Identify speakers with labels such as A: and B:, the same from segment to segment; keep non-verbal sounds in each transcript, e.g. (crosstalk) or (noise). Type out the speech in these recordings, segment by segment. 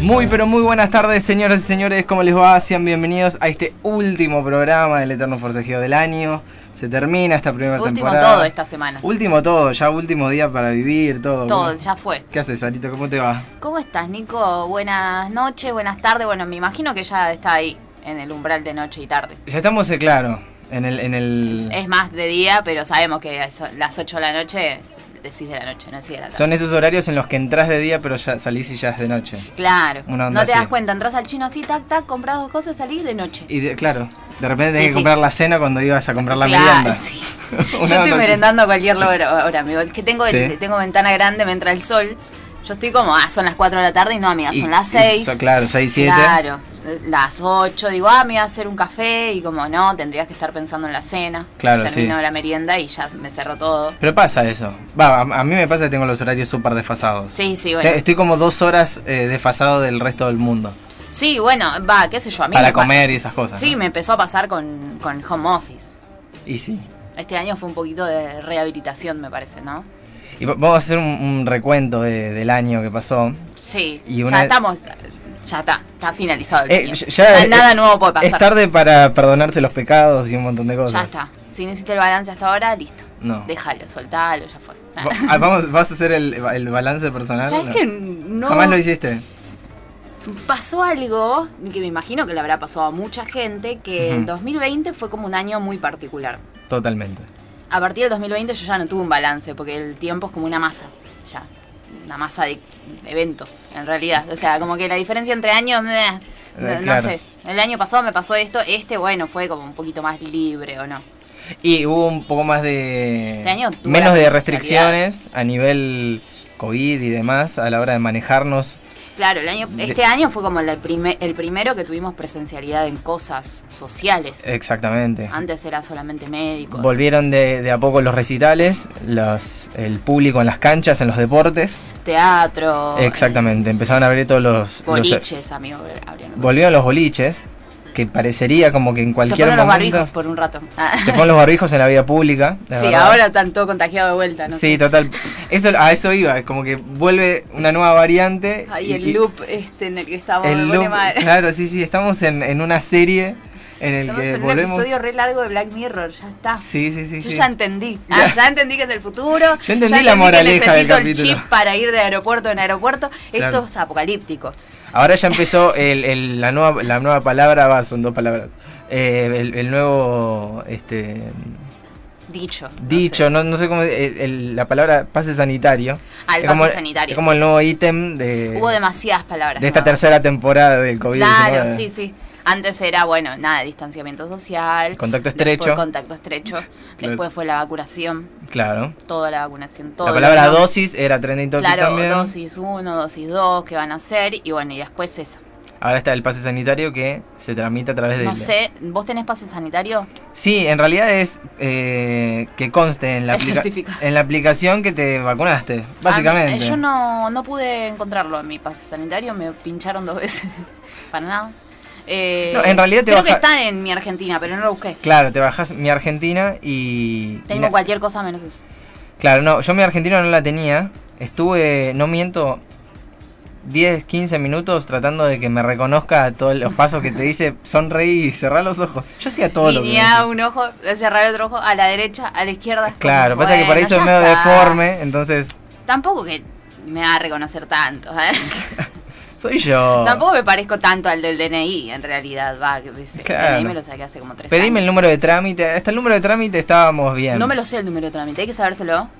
A: Muy pero muy buenas tardes señoras y señores, ¿cómo les va? Sean bienvenidos a este último programa del Eterno Forcejeo del Año. Se termina esta primera
B: Último
A: temporada.
B: todo esta semana.
A: Último todo, ya último día para vivir, todo.
B: Todo, ya fue.
A: ¿Qué haces, Sarito? ¿Cómo te va?
B: ¿Cómo estás, Nico? Buenas noches, buenas tardes. Bueno, me imagino que ya está ahí, en el umbral de noche y tarde.
A: Ya estamos, eh, claro, en el... En el...
B: Es más de día, pero sabemos que es las 8 de la noche decís de la noche, no decís de la tarde.
A: Son esos horarios en los que entras de día, pero ya salís y ya es de noche.
B: Claro.
A: Una
B: No
A: onda
B: te
A: así.
B: das cuenta, entras al chino así, tac, tac, compras dos cosas, salís de noche.
A: Y de- claro, de repente tenés
B: Sí,
A: que
B: sí.
A: comprar la cena cuando ibas a comprar la
B: Claro,
A: merienda.
B: sí.
A: (laughs) Una
B: Yo
A: onda
B: estoy
A: así.
B: merendando a cualquier lugar ahora, amigo. Es que tengo,
A: Sí.
B: tengo ventana grande, me entra el sol. Yo estoy como, ah, son las 4 de la tarde y no, amiga,
A: Y-
B: son las
A: y
B: 6.
A: son, claro, 6, 7.
B: Claro, las 8, digo, ah, me voy a hacer un café y como no, tendrías que estar pensando en la cena.
A: Claro,
B: Termino
A: sí.
B: la merienda y ya me cerró todo.
A: Pero pasa eso. Va, a, a mí me pasa que tengo los horarios súper desfasados.
B: Sí, sí, bueno.
A: Te- Estoy como dos horas eh, desfasado del resto del mundo.
B: Sí, bueno, va, qué sé yo, a mí
A: para
B: me pa-
A: comer y esas cosas.
B: Sí,
A: ¿no?
B: me empezó a pasar con, con home office.
A: Y sí.
B: Este año fue un poquito de rehabilitación, me parece, ¿no?
A: Y va- vamos a hacer un, un recuento de- del año que pasó.
B: Sí,
A: Y una-
B: ya estamos, ya está, está finalizado el
A: Eh,
B: año.
A: ya-
B: Ya
A: eh,
B: nada nuevo puede
A: Es
B: pasar.
A: tarde para perdonarse los pecados y un montón de cosas.
B: ya está. Si no hiciste el balance hasta ahora, listo.
A: No.
B: Déjalo, soltalo, ya fue.
A: Va- ah, vamos, ¿Vas a hacer el, el balance personal?
B: ¿Sabes
A: No.
B: que no?
A: Jamás lo hiciste.
B: Pasó algo que me imagino que le habrá pasado a mucha gente, que el
A: Ujú.
B: 2020 fue como un año muy particular.
A: Totalmente.
B: A partir del 2020 yo ya no tuve un balance, porque el tiempo es como una masa, ya. Una masa de eventos, en realidad. O sea, como que la diferencia entre años, meh, no,
A: Eh,
B: no
A: claro.
B: sé. El año pasado me pasó esto, este, bueno, fue como un poquito más libre, ¿o no?
A: Y hubo un poco más de.
B: Este año tuvo
A: menos
B: la
A: de
B: presencialidad.
A: restricciones a nivel COVID y demás a la hora de manejarnos.
B: Claro, el año,
A: De-
B: este año fue como la prime- el primero que tuvimos presencialidad en cosas sociales.
A: Eh. Exactamente.
B: Antes era solamente médico.
A: Volvieron de, de a poco los recitales, los, el público en las canchas, en los deportes.
B: teatro.
A: Exactamente,
B: eh,
A: empezaron a abrir todos los. los-
B: Boliches, amigo. abrieron los
A: volvieron los boliches, que parecería como que en
B: boliches. Se
A: cualquier
B: fueron los
A: momento.
B: barbijos por un rato. Ah,
A: se ponen los barbijos en la vía pública.
B: (laughs) Sí,
A: la verdad.
B: ahora están todo contagiado de vuelta, ¿no?
A: Sí,
B: sé.
A: total. Eso, a eso iba, como que vuelve una nueva variante.
B: Ahí
A: y-
B: el
A: y-
B: loop este en el que estamos. me
A: El
B: pone
A: loop,
B: mal.
A: claro, sí, sí, estamos en, en una serie en el
B: (laughs) Estamos
A: que
B: en un
A: volvemos.
B: episodio re largo de Black Mirror, ya está.
A: Sí, sí, sí.
B: Yo
A: sí. (laughs)
B: ya entendí. Ah, ya entendí que es el futuro.
A: Yo entendí la moraleja
B: que
A: del
B: necesito
A: capítulo.
B: el chip para ir de aeropuerto en aeropuerto. Esto
A: Claro.
B: es apocalíptico.
A: Ahora ya empezó el, el- la, nueva, la nueva palabra, va, son dos palabras. Eh, el, el nuevo este,
B: Dicho. no
A: dicho,
B: sé.
A: no, no sé cómo, el- el- la palabra pase sanitario.
B: Al
A: Es
B: Ah, pase
A: como-
B: sanitario,
A: Es como
B: sí.
A: el nuevo ítem de,
B: Hubo demasiadas palabras.
A: de esta
B: nuevas.
A: tercera temporada del covid
B: Claro, sí, sí. Antes era, bueno, nada, distanciamiento social.
A: Contacto
B: después
A: estrecho.
B: contacto estrecho. Después fue la vacunación,
A: Claro.
B: toda la vacunación, todo.
A: la palabra
B: ¿no?
A: dosis era trending topic
B: Claro,
A: también.
B: dosis 1, dosis 2, ¿qué van a hacer? Y bueno, y después esa.
A: Ahora está el pase sanitario que se tramita a través de...
B: No sé, ¿vos tenés pase sanitario?
A: Sí, en realidad es eh, que conste en la,
B: El
A: aplica-
B: certificado.
A: en la aplicación que te vacunaste, básicamente.
B: A mí- eh, yo no, no pude encontrarlo en mi pase sanitario, me pincharon dos veces. (laughs) Para nada. Eh,
A: No, en realidad te
B: Creo
A: baja-
B: que está en mi Argentina, pero no lo busqué.
A: Claro, te bajás mi Argentina y... y
B: Tengo
A: na-
B: cualquier cosa menos eso.
A: Claro, no, yo mi Argentina no la tenía. Estuve, no miento, 10, 15 minutos tratando de que me reconozca todos los pasos que te dice sonreí y cerrar los ojos. Yo hacía todo lo que... me
B: Guiñá
A: decía.
B: un ojo, cerrar el otro ojo, a la derecha, a la izquierda.
A: Claro, pasa que por ahí
B: Bueno,
A: soy
B: ya
A: medio
B: está.
A: deforme, entonces
B: Tampoco que me va a reconocer tanto. ¿eh?
A: soy yo.
B: (laughs) Tampoco me parezco tanto al del DNI, en realidad. Va, que ese
A: Claro.
B: DNI me lo saqué hace como tres años.
A: Pedime el número de trámite, hasta el número de trámite estábamos bien.
B: No me lo sé el número de trámite, hay que sabérselo.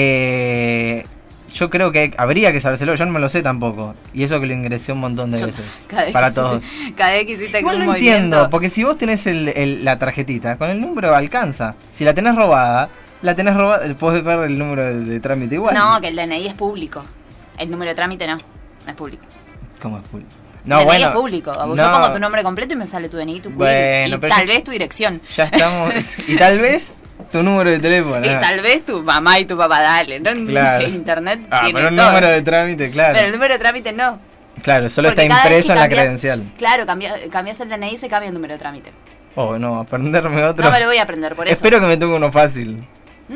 A: Eh, yo creo que habría que sabérselo, yo no me lo sé tampoco. Y eso que lo ingresé un montón de
B: Yo-
A: veces.
B: (laughs) cada vez
A: Para
B: que hiciste-
A: todos.
B: (laughs) Cada vez que hiciste
A: Igual
B: algún
A: no entiendo,
B: movimiento.
A: porque si vos tenés el- el- la tarjetita, con el número alcanza. Si la tenés robada, la tenés robada, eh, podés ver el número de, de trámite igual.
B: No, que el DNI es público. El número de trámite no, no es público.
A: ¿Cómo es público?
B: el
A: No,
B: DNI
A: bueno.
B: es público. Yo
A: no,
B: pongo tu nombre completo y me sale tu DNI, tu
A: Bueno,
B: queer y
A: pero
B: tal
A: yo-
B: (laughs) vez tu dirección.
A: Ya estamos. y tal vez tu número de teléfono.
B: Y
A: ah.
B: tal vez tu mamá y tu papá, dale, ¿no? (laughs)
A: Claro.
B: Internet
A: Ah,
B: tiene
A: pero el
B: todos.
A: número de trámite, claro.
B: Pero el número de trámite no.
A: Claro, solo
B: porque
A: está
B: cada vez
A: impreso
B: que
A: en la
B: cambias-
A: credencial.
B: Claro, cambia- cambias el DNI y se cambia el número de trámite.
A: Oh, no, aprenderme otro.
B: No me lo voy a aprender por eso. Mm.
A: Espero que me toque uno fácil.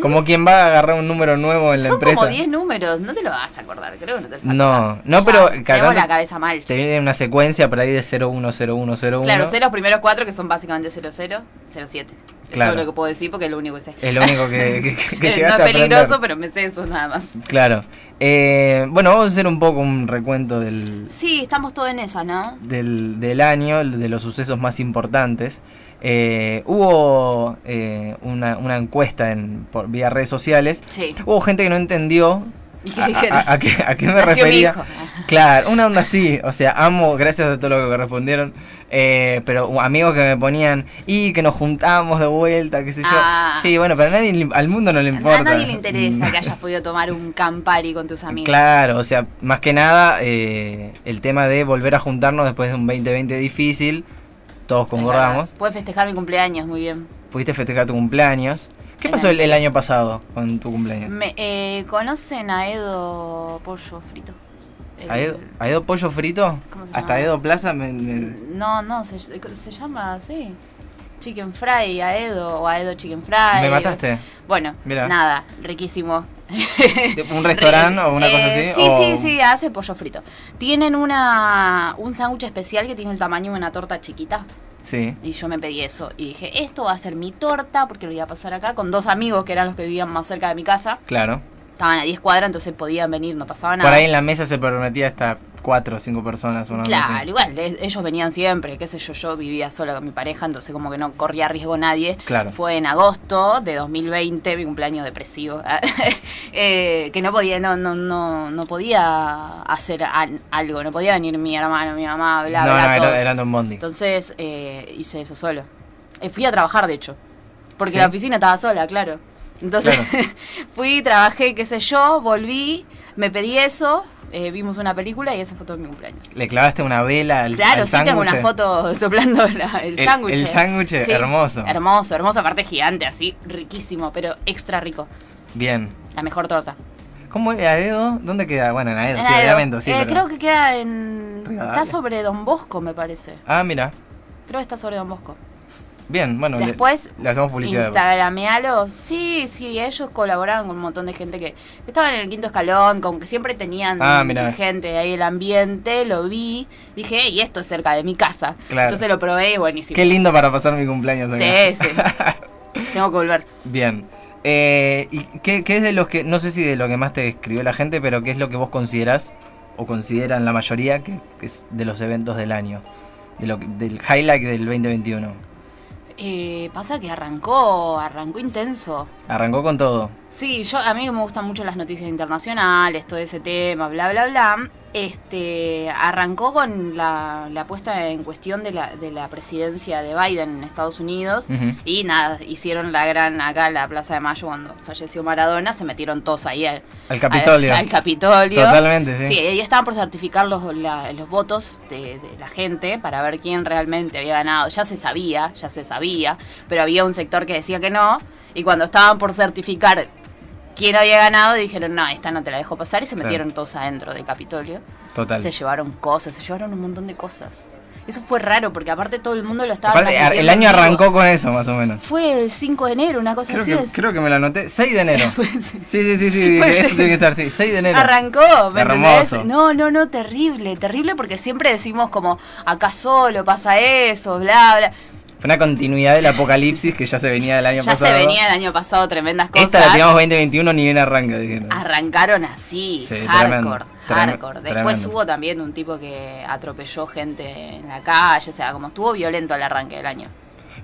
A: Como quien va a agarrar un número nuevo en la
B: Son
A: empresa.
B: como 10 números, no te lo vas a acordar, creo que no te lo
A: No,
B: acordás.
A: no,
B: Ya,
A: pero cada
B: Tengo
A: tanto-
B: la cabeza mal.
A: Se viene una secuencia por ahí de 010101.
B: Claro, sé los primeros cuatro que son básicamente 00, 07.
A: Claro.
B: Es todo lo que puedo decir porque es lo único que sé.
A: Es lo único que, que, que- que
B: Eh,
A: llegaste
B: (laughs) no
A: a
B: es peligroso,
A: aprender.
B: pero me sé eso nada más.
A: Claro. Eh, bueno, vamos a hacer un poco un recuento del,
B: Sí, estamos todos en esa, ¿no?
A: del, del año, de los sucesos más importantes. Eh, hubo eh, una, una encuesta en, por, vía redes sociales.
B: Sí.
A: Hubo gente que no entendió
B: (laughs) ¿Y qué
A: a,
B: dijeron?
A: a- a qué, a qué me
B: Nació mi
A: refería.
B: hijo.
A: Claro, una onda así. O sea, amo, gracias a todo lo que respondieron. eh, pero amigos que me ponían, y que nos juntamos de vuelta, qué sé yo.
B: Ah.
A: Sí, bueno, pero a nadie, le- al mundo no le importa.
B: A nadie le interesa
A: (laughs)
B: que hayas podido tomar un Campari con tus amigos.
A: Claro, o sea, más que nada eh, el tema de volver a juntarnos después de un 2020 difícil, todos
B: Es
A: concordamos.
B: verdad. Puedes festejar mi cumpleaños, muy bien.
A: Pudiste festejar tu cumpleaños. ¿Qué
B: El
A: pasó el,
B: año.
A: el año pasado con tu cumpleaños?
B: Me- eh, ¿Conocen a Edo Pollo Frito? El-
A: ¿A Edo, a Edo Pollo Frito?
B: ¿Cómo se
A: ¿Hasta
B: llama?
A: Edo Plaza? Me- me-
B: No, no, se, se llama así. Chicken Fry, Aedo o Aedo Chicken Fry.
A: me mataste.
B: Bueno,
A: Mirá.
B: nada, riquísimo.
A: ¿Un restaurante o una cosa
B: Eh,
A: así?
B: Sí,
A: o-
B: sí, sí, hace pollo frito. Tienen una un sándwich especial que tiene el tamaño de una torta chiquita.
A: Sí.
B: Y yo me pedí eso. Y dije, esto va a ser mi torta porque lo voy a pasar acá con dos amigos que eran los que vivían más cerca de mi casa.
A: Claro.
B: Estaban a 10 cuadras, entonces podían venir, no pasaba nada.
A: Por ahí en la mesa se permitía hasta cuatro o cinco personas. Una cosa
B: Claro,
A: así.
B: igual, e- ellos venían siempre, qué sé yo, yo vivía sola con mi pareja, entonces como que no corría riesgo nadie.
A: Claro.
B: Fue en agosto de 2020, mi cumpleaños depresivo, (laughs) eh, que no podía, no, no, no, no podía hacer al- algo, no podía venir mi hermano, mi mamá, bla,
A: no,
B: bla,
A: no,
B: todos.
A: era, eran un bondi.
B: Entonces eh, hice eso solo. Eh, fui a trabajar, de hecho. Porque
A: Sí.
B: la oficina estaba sola, claro. Entonces
A: Claro.
B: (laughs) fui, trabajé, qué sé yo, volví, me pedí eso, eh, vimos una película y esa fue todo mi cumpleaños.
A: Le clavaste una vela al
B: Claro,
A: al
B: sí tengo una
A: sándwich.
B: foto soplando la- el
A: El-
B: sándwich.
A: el sándwich, hermoso.
B: Hermoso, hermoso, aparte gigante, así, riquísimo, pero extra rico.
A: Bien.
B: La mejor torta.
A: ¿Cómo era Edo? ¿Dónde queda? Bueno, en Aedo,
B: En
A: sí,
B: Aedo.
A: obviamente, sí.
B: Eh,
A: pero-
B: Creo que queda en...
A: Rivadavia.
B: Está sobre Don Bosco, me parece.
A: Ah, mira.
B: Creo que está sobre Don Bosco.
A: Bien, bueno. le-
B: Después,
A: Le, hacemos publicidad. pues.
B: Instagramealo. Sí, sí, ellos colaboraban con un montón de gente que, que estaban en el quinto escalón, con que siempre tenían
A: Ah, mirá.
B: gente ahí el ambiente, lo vi, dije, hey, esto es cerca de mi casa.
A: Claro.
B: Entonces lo probé y buenísimo.
A: Qué lindo para pasar mi cumpleaños acá.
B: Sí, sí.
A: (laughs)
B: Tengo que volver.
A: Bien. Eh, ¿Y qué, qué es de los que, no sé si de lo que más te escribió la gente, pero qué es lo que vos considerás o consideran la mayoría que, que es de los eventos del año? De lo, que- del highlight del 2021.
B: Eh, pasa que arrancó, arrancó intenso.
A: Arrancó con todo.
B: Sí, yo a mí me gustan mucho las noticias internacionales, todo ese tema, bla, bla, bla. Este, arrancó con la, la puesta en cuestión de la, de la presidencia de Biden en Estados Unidos.
A: Ujú.
B: Y nada, hicieron la gran acá, la Plaza de Mayo, cuando falleció Maradona, se metieron todos ahí al,
A: Al Capitolio.
B: Al, al Capitolio.
A: Totalmente, sí.
B: Sí, ahí estaban por certificar los, la- los votos de, de la gente para ver quién realmente había ganado. Ya se sabía, ya se sabía, pero había un sector que decía que no. Y cuando estaban por certificar quién había ganado, dijeron, no, esta no te la dejo pasar. Y se
A: Claro.
B: metieron todos adentro del Capitolio.
A: Total.
B: Se llevaron cosas, se llevaron un montón de cosas. Eso fue raro, porque aparte todo el mundo lo estaba...
A: Aparte, ar- el
B: transmitiendo
A: año
B: en vivo.
A: arrancó con eso, más o menos.
B: Fue el 5 de enero, una cosa
A: Creo
B: así
A: que,
B: es.
A: creo que me lo anoté. 6 de
B: (laughs)
A: enero.
B: Pues,
A: Sí, sí, sí, sí,
B: Pues,
A: esto tiene que estar, sí, 6 de enero.
B: Arrancó, ¿me
A: Hermoso.
B: entendés? No, no, no, terrible, terrible porque siempre decimos como, acá solo pasa eso, bla, bla.
A: Fue una continuidad del apocalipsis que ya se venía del año
B: Ya
A: pasado.
B: se venía el año pasado tremendas cosas. Ah,
A: Esta la teníamos 2021 ni bien arranca, dijeron.
B: Arrancaron así,
A: Sí,
B: hardcore,
A: tremendo,
B: hardcore.
A: tremendo,
B: Después
A: tremendo.
B: hubo también un tipo que atropelló gente en la calle, o sea, como estuvo violento al arranque del año.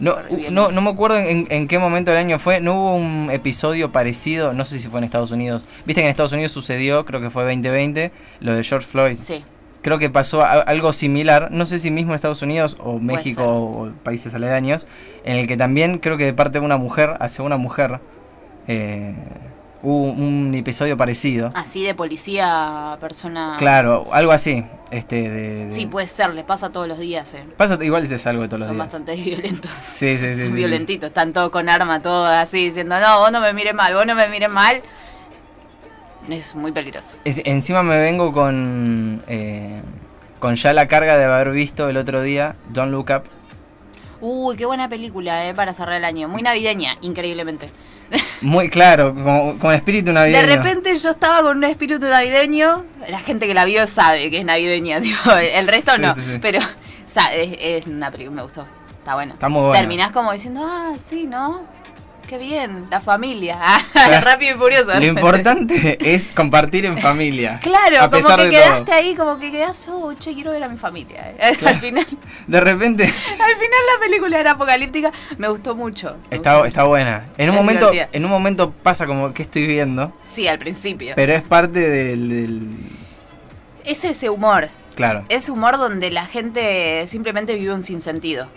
A: No,
B: Horrible.
A: no, no me acuerdo en, en qué momento del año fue. No hubo un episodio parecido, no sé si fue en Estados Unidos. Viste que en Estados Unidos sucedió, creo que fue 2020, lo de George Floyd.
B: Sí.
A: Creo que pasó a- algo similar, no sé si mismo en Estados Unidos o México
B: ser.
A: o, países aledaños, en el que también creo que de parte de una mujer hacia una mujer eh, hubo un episodio parecido.
B: Así de policía a persona.
A: Claro, algo así. Este, de, de-
B: Ah. Sí, puede ser, les pasa todos los días. eh.
A: Pasa, igual es algo de todos
B: Son
A: los días.
B: bastante (laughs) violentos.
A: Sí, sí, sí.
B: Son
A: sí, sí.
B: violentitos, están todos con arma, todos así, diciendo, no, vos no me mires mal, vos no me mires mal. Es muy peligroso.
A: Es- encima me vengo con. eh, con ya la carga de haber visto el otro día Don't Look Up.
B: Uy, qué buena película, eh, para cerrar el año. Muy navideña, increíblemente.
A: Muy claro, como, con espíritu
B: De
A: navideño.
B: repente yo estaba con un espíritu navideño. La gente que la vio sabe que es navideña, (laughs) digo, el resto
A: Sí,
B: no.
A: sí, sí.
B: Pero sabe, es, es una película, me gustó. Está bueno.
A: Está muy buena.
B: Terminás como diciendo, ah, sí, ¿no? Qué bien, la familia. (laughs) Ah,
A: Claro.
B: Rápido y furioso. de
A: Lo
B: repente.
A: importante (laughs) es compartir en familia.
B: (laughs) Claro,
A: a
B: como
A: pesar
B: que
A: de
B: quedaste
A: todo.
B: ahí, como que quedás, oh, che, quiero ver a mi familia. eh. (laughs) al, final,
A: De
B: (laughs)
A: repente
B: al final la película era apocalíptica. Me gustó mucho. me gustó
A: está,
B: mucho.
A: está buena. En un
B: Es
A: momento,
B: divertida.
A: en un momento pasa como que estoy viendo,
B: Sí, al principio.
A: pero es parte del, del-
B: Es ese humor.
A: claro.
B: Es humor donde la gente simplemente vive un sinsentido.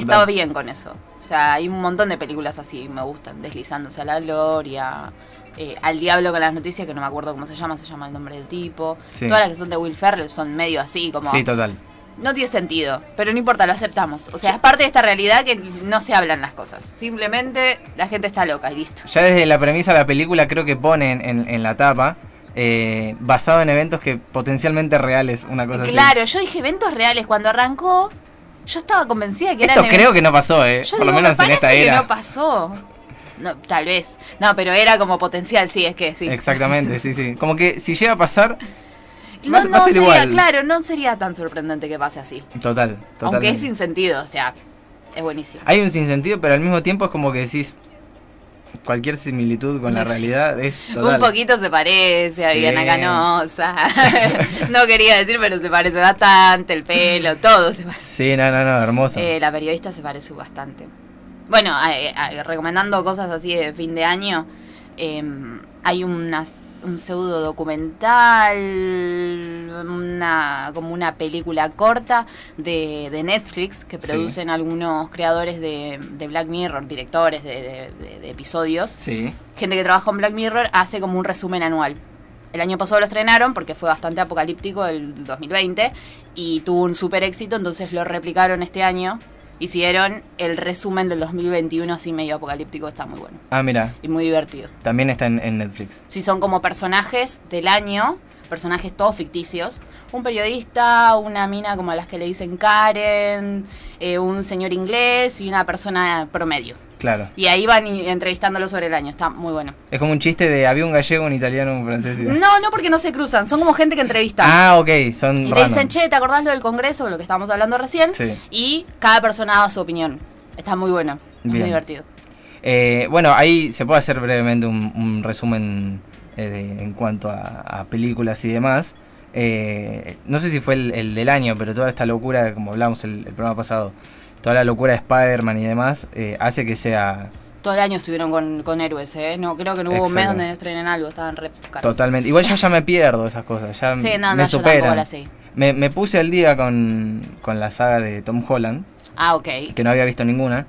A: Total.
B: estaba bien con eso. O sea, hay un montón de películas así, me gustan. Deslizándose a la gloria, eh, Al diablo con las noticias, que no me acuerdo cómo se llama, se llama el nombre del tipo.
A: Sí.
B: Todas las que son de Will Ferrell son medio así, como...
A: Sí, total.
B: no tiene sentido, pero no importa, lo aceptamos. O sea, es parte de esta realidad que no se hablan las cosas. Simplemente la gente está loca y listo.
A: Ya desde la premisa de la película creo que ponen en, en la tapa eh, basado en eventos que potencialmente reales, una cosa
B: Claro, yo dije eventos reales. Cuando arrancó, yo estaba convencida
A: así.
B: que eran
A: Esto creo que no pasó, eh,
B: Yo
A: por lo
B: digo,
A: menos
B: me
A: en esta
B: parece que
A: era.
B: no pasó. No, tal vez. No, pero era como potencial, sí, es que sí.
A: Exactamente, sí,
B: (laughs)
A: sí. Como que si llega a pasar,
B: No,
A: Va- va a
B: no
A: ser
B: sería,
A: igual.
B: claro, no sería tan sorprendente que pase así.
A: total, total.
B: Aunque es sin sentido, o sea, es buenísimo.
A: Hay un sinsentido, pero al mismo tiempo es como que decís cualquier similitud con la
B: Sí.
A: realidad es total.
B: Un poquito se parece a
A: Sí.
B: Viviana Canosa. (laughs) no quería decir, pero se parece bastante. El pelo, todo se parece.
A: Sí, no, no, no, hermoso.
B: Eh, la periodista se parece bastante. Bueno, eh, eh, recomendando cosas así de fin de año, eh, hay unas- un pseudo documental, una, como una película corta de, de Netflix que
A: Sí.
B: producen algunos creadores de, de Black Mirror, directores de- de- de- de episodios
A: Sí.
B: gente que trabaja en Black Mirror hace como un resumen anual. El año pasado lo estrenaron porque fue bastante apocalíptico el 2020 y tuvo un super éxito, entonces lo replicaron este año. Hicieron el resumen del 2021 así medio apocalíptico, está muy bueno
A: Ah, mira,
B: y muy divertido.
A: también está en, en Netflix.
B: Si son como personajes del año, personajes todos ficticios, un periodista, una mina como a las que le dicen Karen, eh, un señor inglés y una persona promedio.
A: Claro.
B: Y ahí van y- entrevistándolo sobre el año, está muy bueno.
A: Es como un chiste de había un gallego, un italiano, un francés. y-
B: No, no porque no se cruzan, son como gente que entrevista.
A: Ah, ok, son
B: y te
A: random.
B: dicen, che, ¿te acordás lo del Congreso, lo que estábamos hablando recién?
A: Sí.
B: Y cada persona da su opinión. Está muy bueno, es muy
A: Bien.
B: divertido.
A: Eh, bueno, ahí se puede hacer brevemente un, un resumen eh, de- en cuanto a, a películas y demás. Eh, no sé si fue el, el del año, pero toda esta locura, como hablamos el, el programa pasado, toda la locura de Spider-Man y demás, eh, hace que sea
B: Todo el año estuvieron con, con héroes, ¿eh? No, creo que no hubo un mes
A: Exacto.
B: donde no estrenen algo, estaban re caros.
A: totalmente... Igual yo ya me pierdo esas cosas, ya
B: Sí, no,
A: me
B: no, yo tampoco
A: superan.
B: la sé.
A: Me, me puse al día con, con la saga de Tom Holland,
B: Ah, ok.
A: que no había visto ninguna.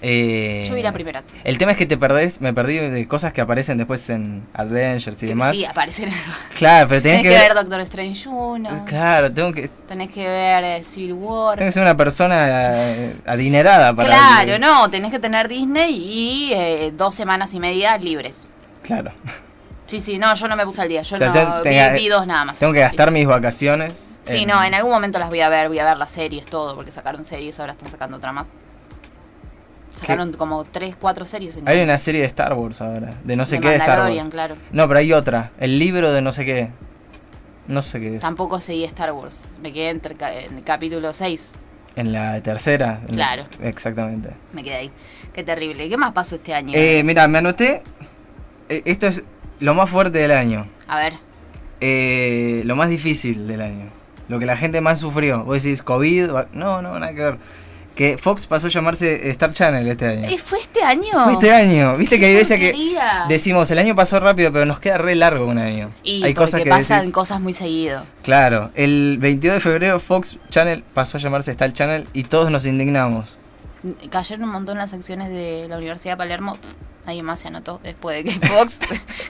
A: Eh,
B: Yo vi la primera. sí.
A: El tema es que te perdés, me perdí de cosas que aparecen después en Adventures y demás.
B: Sí, aparecen (laughs) eso.
A: Claro, pero tenés Eh,
B: Tenés que ver Doctor Strange 1,
A: Claro, tengo que,
B: tenés que ver eh, Civil War.
A: tengo que ser una persona eh, adinerada para.
B: Claro, no, tenés que tener Disney y eh, dos semanas y media libres.
A: Claro.
B: Sí, sí, no, yo no me puse al día. Yo
A: O sea,
B: no,
A: tengo-
B: vi,
A: tenga-
B: vi dos nada (laughs) más.
A: Tengo que gastar mis vacaciones.
B: Sí, no, en algún momento las voy a ver, voy a ver las series, todo, porque sacaron series, ahora están sacando otra más. Sacaron como tres, cuatro series. En
A: Hay una serie de Star Wars ahora, de no sé
B: de
A: qué de Star
B: Mandalorian,
A: Wars.
B: claro.
A: No, pero hay otra, el libro de no sé qué. No sé qué es.
B: Tampoco seguí Star Wars, me quedé entre ca- en el capítulo 6,
A: En la tercera. en la-
B: Claro.
A: Exactamente.
B: me quedé ahí. Qué terrible. ¿Qué más pasó este año?
A: Eh, mira, me anoté. eh, Esto es lo más fuerte del año.
B: a ver,
A: Eh, lo más difícil del año. Lo que la gente más sufrió. Vos decís COVID. va- No, no, nada que ver. Que Fox pasó a llamarse Star Channel este año.
B: ¿eh, ¿fue este año?
A: Fue este año. Viste que hay
B: ¡Qué
A: veces que
B: porquería!
A: decimos, el año pasó rápido, pero nos queda re largo un año.
B: Y
A: hay
B: porque
A: cosas que
B: pasan
A: decís-
B: cosas muy seguido.
A: Claro, el 22 de febrero Fox Channel pasó a llamarse Star Channel y todos nos indignamos.
B: Cayeron un montón las acciones de la Universidad de Palermo. Nadie más se anotó después de que (laughs) Fox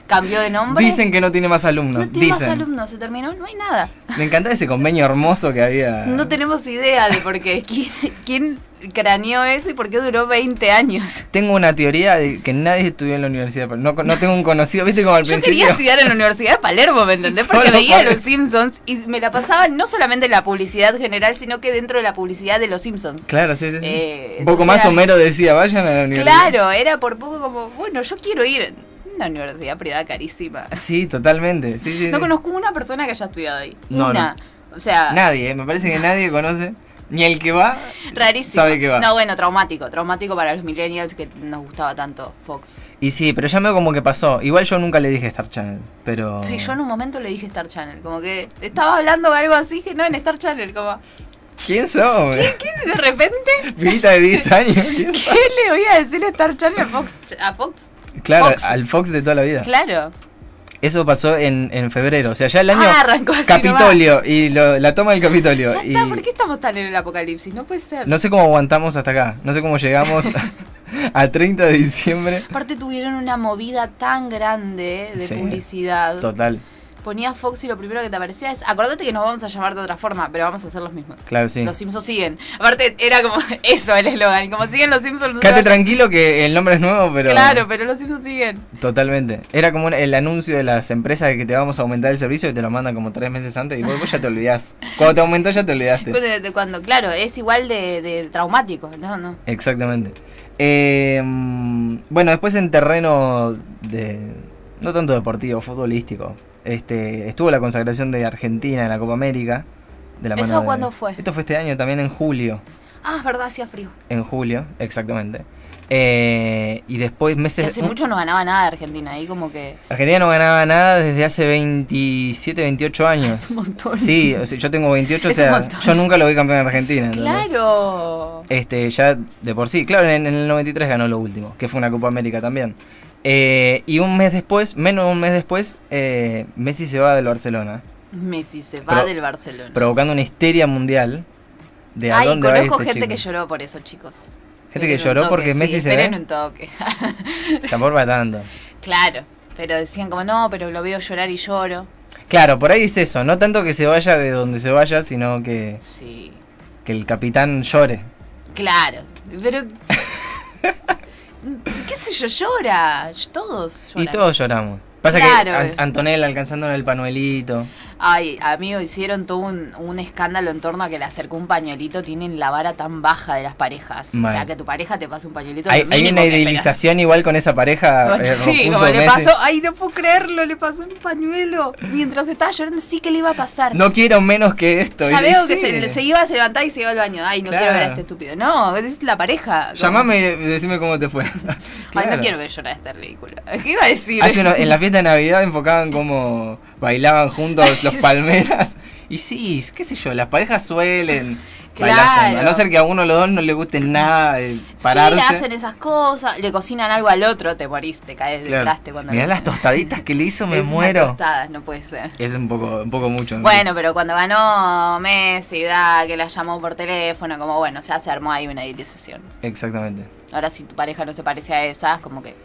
B: cambió de nombre.
A: Dicen que no tiene más
B: no
A: alumnos.
B: tiene
A: dicen.
B: más alumnos, se terminó, no hay nada.
A: Me encantaba ese convenio hermoso que había.
B: No tenemos idea de por qué. ¿Quién, quién craneó eso y por qué duró 20 años?
A: Tengo una teoría de que nadie estudió en la universidad, pero no, no tengo un conocido, ¿viste? Como al
B: Yo
A: principio.
B: quería estudiar en la Universidad de Palermo, ¿me entendés? Porque
A: Solo
B: veía
A: por
B: los
A: eso.
B: Simpsons y me la pasaba no solamente en la publicidad general, sino que dentro de la publicidad de los Simpsons.
A: Claro, sí, sí. sí.
B: Eh,
A: un poco
B: entonces
A: más
B: era-
A: Homero decía, vayan a la universidad.
B: Claro, era por poco como, bueno, yo quiero ir a una universidad privada carísima.
A: Sí, totalmente. Sí, sí,
B: No
A: sí.
B: conozco una persona que haya estudiado ahí.
A: No,
B: una. O sea,
A: Nadie, eh, me parece que nadie conoce. Ni el que va.
B: rarísimo.
A: Sabe que va.
B: No, bueno, traumático. Traumático para los millennials que nos gustaba tanto Fox.
A: Y sí, pero ya veo como que pasó. Igual yo nunca le dije Star Channel, pero.
B: Sí, yo en un momento le dije Star Channel. Como que estaba hablando de algo así que no en Star Channel. Como,
A: ¿Quién sos?
B: ¿qué de repente?
A: (laughs) Pibita de 10 años. ¿quién sos?
B: ¿Qué le voy a decir Star Channel a Fox? A Fox?
A: Claro,
B: Fox.
A: al Fox de toda la vida.
B: Claro.
A: Eso pasó en, en febrero. O sea, ya el año.
B: Ah, arrancó así
A: Capitolio y lo- la toma del Capitolio.
B: Ya
A: y
B: está, ¿por qué estamos tan en el apocalipsis? No puede ser.
A: No sé cómo aguantamos hasta acá. No sé cómo
B: (laughs)
A: llegamos a 30 de diciembre.
B: Aparte tuvieron una movida tan grande de
A: Sí.
B: publicidad.
A: Total.
B: Ponías Fox y lo primero que te aparecía es, acordate que nos vamos a llamar de otra forma, pero vamos a hacer los mismos.
A: Claro, sí.
B: Los Simpsons siguen. Aparte era como (laughs) eso el eslogan, y como siguen los Simpsons.
A: Quédate
B: nosotros-
A: tranquilo que el nombre es nuevo, pero.
B: Claro, pero los Simpsons siguen.
A: Totalmente. Era como un- el anuncio de las empresas de que te vamos a aumentar el servicio y te lo mandan como tres meses antes y vos, vos ya te olvidás. Cuando te aumentó ya te
B: Cu-
A: olvidaste.
B: de- de cuando, claro, es igual de, de traumático. No, no.
A: Exactamente. Eh, mm, bueno, después en terreno de. no tanto deportivo, futbolístico. Este, estuvo la consagración de Argentina en la Copa América. De la
B: ¿Eso
A: mano de-
B: cuándo fue?
A: Esto fue este año, también en julio.
B: Ah, es verdad, hacía frío.
A: En julio, exactamente. Eh, y después
B: Que
A: meses.
B: hace
A: un-
B: mucho no ganaba nada de Argentina, ahí como que...
A: Argentina no ganaba nada desde hace 27, 28 años.
B: Es un montón. (laughs)
A: Sí, o sea, yo tengo 28, o
B: Es un
A: sea,
B: montón.
A: yo nunca lo vi campeón en Argentina. ¿entendés?
B: Claro.
A: Este, ya de por sí, claro, en, en el 93 ganó lo último, que fue una Copa América también. Eh, y un mes después, menos de un mes después, eh, Messi se va del Barcelona,
B: Messi se va
A: Pro-
B: del Barcelona.
A: provocando una histeria mundial de a
B: Ay,
A: dónde va
B: conozco
A: este
B: gente que
A: chico.
B: lloró por eso, chicos.
A: Gente que
B: Esperen
A: lloró
B: un toque,
A: porque
B: sí,
A: Messi se
B: esperen
A: ve.
B: un toque.
A: Tampoco va tanto.
B: claro, pero decían como, no, pero lo veo llorar y lloro.
A: Claro, por ahí es eso, no tanto que se vaya de donde se vaya, sino que,
B: Sí,
A: que el capitán llore.
B: claro,
A: (laughs)
B: pero... ¿Qué sé yo? Llora. Todos lloran.
A: Y todos lloramos. Pasa
B: Claro.
A: que An- Antonella alcanzando el panuelito.
B: Ay, amigo, hicieron todo un, un escándalo en torno a que le acercó un pañuelito. Tienen la vara tan baja de las parejas.
A: Mal.
B: O sea, que tu pareja te pase un pañuelito.
A: Hay,
B: lo
A: hay
B: mínimo
A: una
B: que esperás.
A: idealización igual con esa pareja.
B: (laughs) Bueno,
A: eh,
B: sí,
A: Rofuso,
B: como le
A: Messi.
B: pasó, ay, no puedo creerlo, le pasó un pañuelo. Mientras estaba llorando, sí que le iba a pasar.
A: No quiero menos que esto.
B: ya
A: y le-
B: veo que
A: sí.
B: se, se iba, se levantaba y se iba al baño. Ay, no
A: Claro.
B: quiero ver a este estúpido. No, es la pareja. Como-
A: Llamame y decime cómo te fue. (laughs)
B: Ay, no
A: Claro.
B: quiero ver llorar a este ridículo. (laughs) ¿Qué iba a decir?
A: Hace uno- en la fiesta de Navidad enfocaban cómo bailaban juntos los palmeras. Y sí, qué sé yo, las parejas suelen. bailar
B: Claro.
A: juntas, A no ser que a uno o los dos no le guste nada eh, pararse.
B: Sí, hacen esas cosas, le cocinan algo al otro, te moriste, te caes del
A: Claro.
B: traste cuando
A: Mirá
B: lo-
A: las tostaditas que le hizo, me
B: Es unas
A: muero.
B: tostadas, no puede ser.
A: Es un poco, un poco mucho. ¿no?
B: Bueno, pero cuando ganó Messi, da, que la llamó por teléfono, como bueno, o sea, se armó ahí una idealización.
A: Exactamente.
B: Ahora si tu pareja no se parece a esas, como que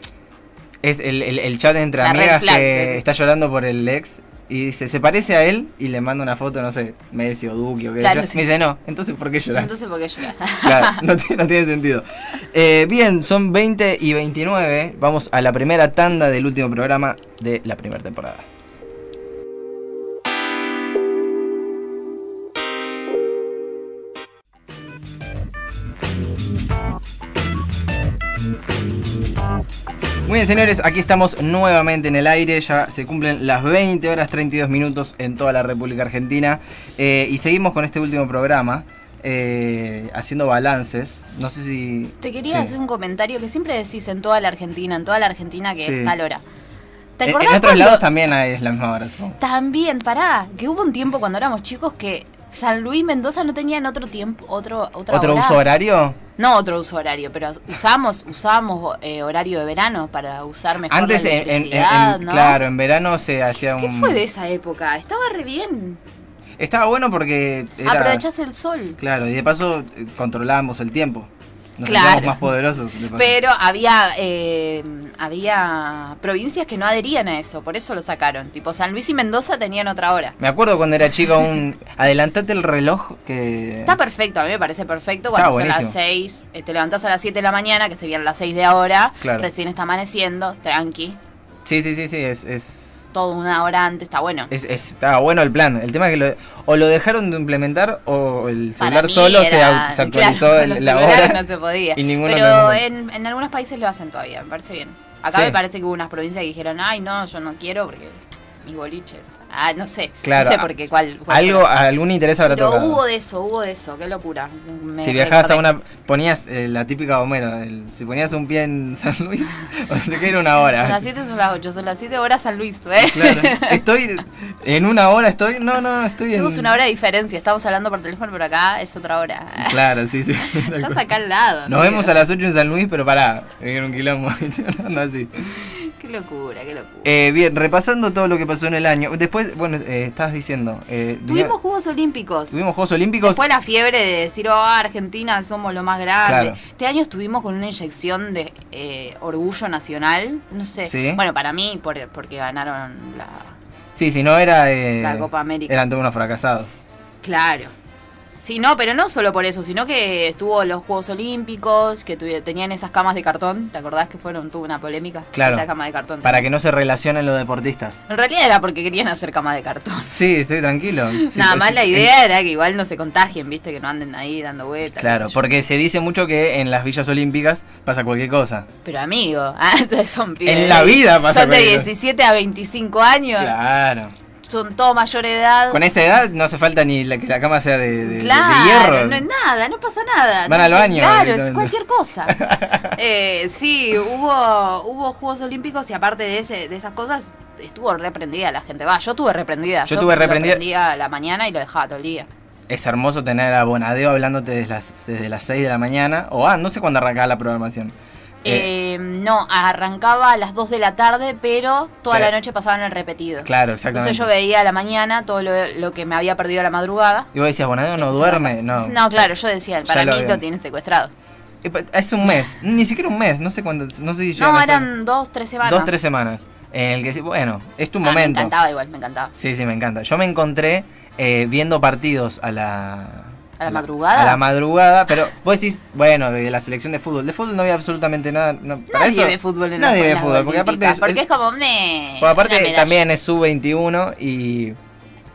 A: Es el, el- el chat entre
B: La red
A: amigas
B: flag. eh.
A: que está llorando por el ex y dice, se parece a él y le manda una foto, no sé, Messi o Duque o qué sé
B: Claro,
A: yo.
B: sí.
A: Me dice, no, entonces ¿por qué lloras?
B: entonces por qué lloras.
A: (laughs) Claro, no, tiene- no tiene sentido. Eh, bien, son 20 y 29. Vamos a la primera tanda del último programa de la primera temporada. Muy bien, señores, aquí estamos nuevamente en el aire. Ya se cumplen las 20 horas 32 minutos en toda la República Argentina. Eh, y seguimos con este último programa, eh, haciendo balances. No sé si.
B: Te quería
A: sí.
B: hacer un comentario que siempre decís en toda la Argentina, en toda la Argentina que
A: Sí.
B: es tal hora. ¿Te
A: En, en
B: acordás
A: otros
B: cuando-
A: lados también hay- es la misma hora, supongo.
B: También, pará, que hubo un tiempo cuando éramos chicos que San Luis Mendoza no tenían otro tiempo, otro, otra
A: ¿Otro
B: hora.
A: uso horario?
B: No otro uso horario, pero usamos, usamos eh, horario de verano para usar mejor
A: Antes,
B: la
A: en, en- en-
B: electricidad, ¿no?
A: claro, en verano se hacía
B: ¿Qué
A: un.
B: fue de esa época? Estaba re bien.
A: Estaba bueno porque. Era...
B: Aprovechás el sol.
A: Claro, y de paso eh, controlábamos el tiempo. nos
B: Claro.
A: sentíamos más poderosos. de paso.
B: Pero había, eh, había provincias que no adherían a eso, por eso lo sacaron. Tipo, San Luis y Mendoza tenían otra hora.
A: Me acuerdo cuando era chico un... Adelantate el reloj que...
B: Está perfecto, a mí me parece perfecto cuando son
A: buenísimo.
B: las 6, te levantás a las 7 de la mañana, que serían las 6 de ahora,
A: Claro.
B: recién está amaneciendo, tranqui,
A: Sí, sí, sí, sí, es... es...
B: todo una hora antes, está bueno.
A: Es, es- estaba bueno el plan. El tema es que lo- o lo dejaron de implementar o el
B: Para
A: celular
B: mí
A: solo se,
B: era-
A: au- se actualizó
B: (laughs) claro,
A: el-
B: con los
A: la
B: celulares
A: hora.
B: no se podía.
A: y ninguno
B: Pero
A: lo-
B: en, en algunos países lo hacen todavía, me parece bien. Acá
A: Sí.
B: me parece que hubo unas provincias que dijeron, ay, no, yo no quiero porque mis boliches. Ah, no sé.
A: Claro,
B: No sé por qué, cuál. cuál
A: Algo, algún interés habrá
B: Pero
A: tocado.
B: hubo de eso, hubo de eso, qué locura. Me
A: si viajabas a
B: recorre-
A: una. Ponías eh, la típica Homero. el- si ponías un pie en San Luis, (laughs) o sea que era una
B: Son
A: hora.
B: las 7, son las 8, son las 7 horas San Luis. ¿eh?
A: Claro. Estoy. En una hora estoy. No, no, estoy en.
B: Tenemos una hora de diferencia, estamos hablando por teléfono, pero acá es otra hora.
A: (laughs) Claro, sí,
B: (laughs)
A: sí. tal
B: Estás
A: cual.
B: acá al lado.
A: Nos
B: mira.
A: vemos a las 8 en San Luis, pero pará. Era un quilombo. (laughs) no, así.
B: Qué locura, qué locura.
A: Eh, bien, repasando todo lo que pasó en el año. Después, bueno, eh, estabas diciendo. eh,
B: Tuvimos Juegos Olímpicos.
A: Tuvimos Juegos Olímpicos.
B: Fue la fiebre de decir, oh, Argentina, somos lo más grande.
A: Claro.
B: Este año estuvimos con una inyección de eh, orgullo nacional. No sé.
A: Sí.
B: Bueno, para mí, por- porque ganaron la.
A: Sí, si no era. eh,
B: La Copa América.
A: Eran todos unos fracasados.
B: Claro. Sí, no, pero no solo por eso, sino que estuvo los Juegos Olímpicos, que tuvi- tenían esas camas de cartón. ¿Te acordás que fueron? Tuvo una polémica.
A: Claro.
B: Esa cama de cartón.
A: Para que no se relacionen los deportistas.
B: En realidad era porque querían hacer cama de cartón. (laughs)
A: Sí, estoy tranquilo. Sí,
B: Nada
A: pues,
B: más
A: sí,
B: la
A: eh,
B: idea era que igual no se contagien, viste, que no anden ahí dando vueltas. qué
A: Claro,
B: sé yo.
A: porque se dice mucho que en las villas olímpicas pasa cualquier cosa.
B: Pero amigo, (laughs) ah, son pibes.
A: En la vida pasa
B: Son de
A: cualquier cosa.
B: 17 a 25 años,
A: Claro.
B: son todo mayor edad.
A: Con esa edad no hace falta ni la, que la cama sea de, de- de- de
B: Claro,
A: hierro.
B: no es nada, no pasa nada.
A: Van al baño,
B: Claro, es
A: directamente. (laughs)
B: cualquier cosa. Eh, sí, hubo, hubo Juegos Olímpicos y aparte de, ese, de esas cosas, estuvo reprendida la gente. Va, yo estuve reprendida.
A: Yo estuve
B: lo
A: reprendida.
B: prendía a la mañana y lo dejaba todo el día.
A: Es hermoso tener a Bonadeo hablándote desde las, desde las 6 de la mañana. O, ah, no sé cuándo arrancaba la programación. Eh,
B: Eh, no, arrancaba a las 2 de la tarde, pero toda
A: Claro.
B: la noche pasaban el repetido.
A: claro,
B: Entonces
A: exactamente.
B: yo veía a la mañana todo lo, lo que me había perdido a la madrugada.
A: Y vos decías, Bonadeo no
B: Entonces,
A: duerme. No.
B: No, claro, yo decía, para
A: lo
B: mí
A: habían-
B: lo tienen secuestrado.
A: Eh, pa- Es un mes. Ni siquiera un mes. No sé cuándo. No sé si llegan
B: No,
A: a ser
B: eran dos, tres semanas.
A: Dos, tres semanas. En el que, sí- bueno, es tu
B: Ah, me
A: momento.
B: encantaba igual, me encantaba.
A: Sí, sí, me encanta. Yo me encontré eh, viendo partidos a la...
B: ¿A la madrugada?
A: A la madrugada, pero vos decís, bueno, de la selección de fútbol. De fútbol no había absolutamente nada. no, para
B: Nadie
A: eso-
B: ve fútbol en
A: Nadie
B: las
A: ve
B: Juegos
A: fútbol, porque aparte
B: Olímpicas,
A: es,
B: porque
A: es-
B: es como "Meh,
A: porque aparte
B: Eh, una medalla".
A: también es sub-21 y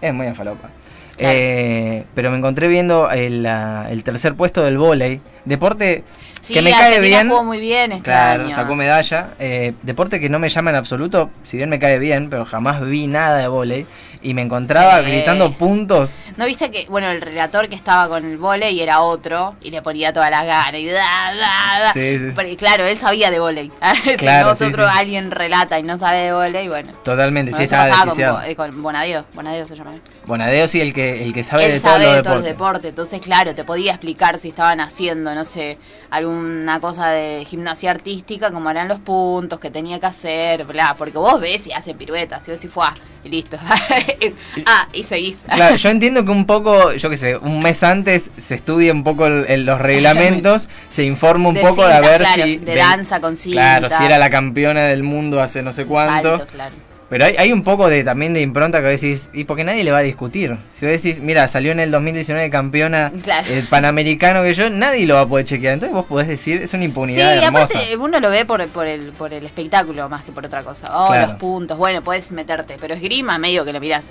A: es muy afalopa.
B: Claro.
A: Eh, pero me encontré viendo el, la- el tercer puesto del vóley. Deporte
B: Sí,
A: que me cae
B: Argentina
A: bien.
B: jugó muy bien este
A: Claro,
B: año.
A: sacó medalla. Eh, deporte que no me llama en absoluto, si bien me cae bien, pero jamás vi nada de volei. Y me encontraba
B: Sí.
A: gritando puntos.
B: ¿No viste que, bueno, el relator que estaba con el volei era otro y le ponía todas las ganas y da, da, da?
A: Sí, sí.
B: Porque, claro, él sabía de volei. (laughs) si
A: Claro,
B: nosotros
A: sí, sí.
B: alguien relata y no sabe de volei, bueno.
A: Totalmente,
B: Bueno,
A: sí,
B: eso
A: estaba
B: pasaba con,
A: desquiciado.
B: Bo- eh, con Bonadeo, Bonadeo se llama.
A: Bonadeo sí, el que, el que sabe
B: Él
A: de todos
B: sabe de
A: los
B: todos los
A: deportes.
B: deportes, entonces claro, te podía explicar si estaban haciendo, no sé, alguna cosa de gimnasia artística, como eran los puntos que tenía que hacer, bla, porque vos ves y hacen piruetas, y vos decís, fue, y listo. (laughs) Es, ah, y seguís.
A: Claro, yo entiendo que un poco, yo qué sé, un mes antes se estudia un poco el- el- los reglamentos, se informa un
B: De
A: poco de a
B: cinta,
A: ver
B: claro,
A: si.
B: de danza con
A: Claro,
B: cinta.
A: si era la campeona del mundo hace no sé cuánto.
B: Salto, claro.
A: Pero hay, hay un poco de también de impronta que vos decís, y porque nadie le va a discutir. Si vos decís, mira, salió en el 2019 campeona
B: Claro.
A: el panamericano que yo, nadie lo va a poder chequear. Entonces vos podés decir, es una
B: Sí,
A: impunidad hermosa.
B: aparte eh, uno lo ve por, por, el, por el espectáculo más que por otra cosa. Oh,
A: Claro.
B: los puntos, bueno, puedes meterte, pero esgrima medio que lo mirás.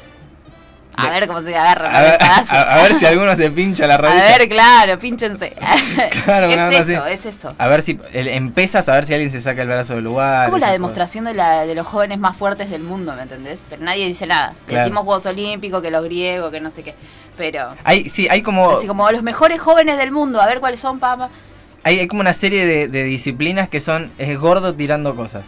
B: A
A: De-
B: ver cómo se agarra.
A: A
B: ¿no?
A: ver, (laughs)
B: El pedazo.
A: a- a ver si alguno se pincha la
B: A
A: rodilla.
B: ver, claro, (laughs) pínchense.
A: Claro, una onda
B: es
A: así.
B: eso, es eso.
A: A ver si el- empezas a ver si alguien se saca el brazo del lugar.
B: Como la
A: esas
B: demostración de, la, de los jóvenes más fuertes del mundo, ¿me entendés? Pero nadie dice nada.
A: Claro.
B: Decimos Juegos Olímpicos, que los griegos, que no sé qué. Pero,
A: cosas. Hay, sí, hay como,
B: así como los mejores jóvenes del mundo, a ver cuáles son, papá.
A: hay, hay como una serie de, de disciplinas que son es gordo tirando cosas.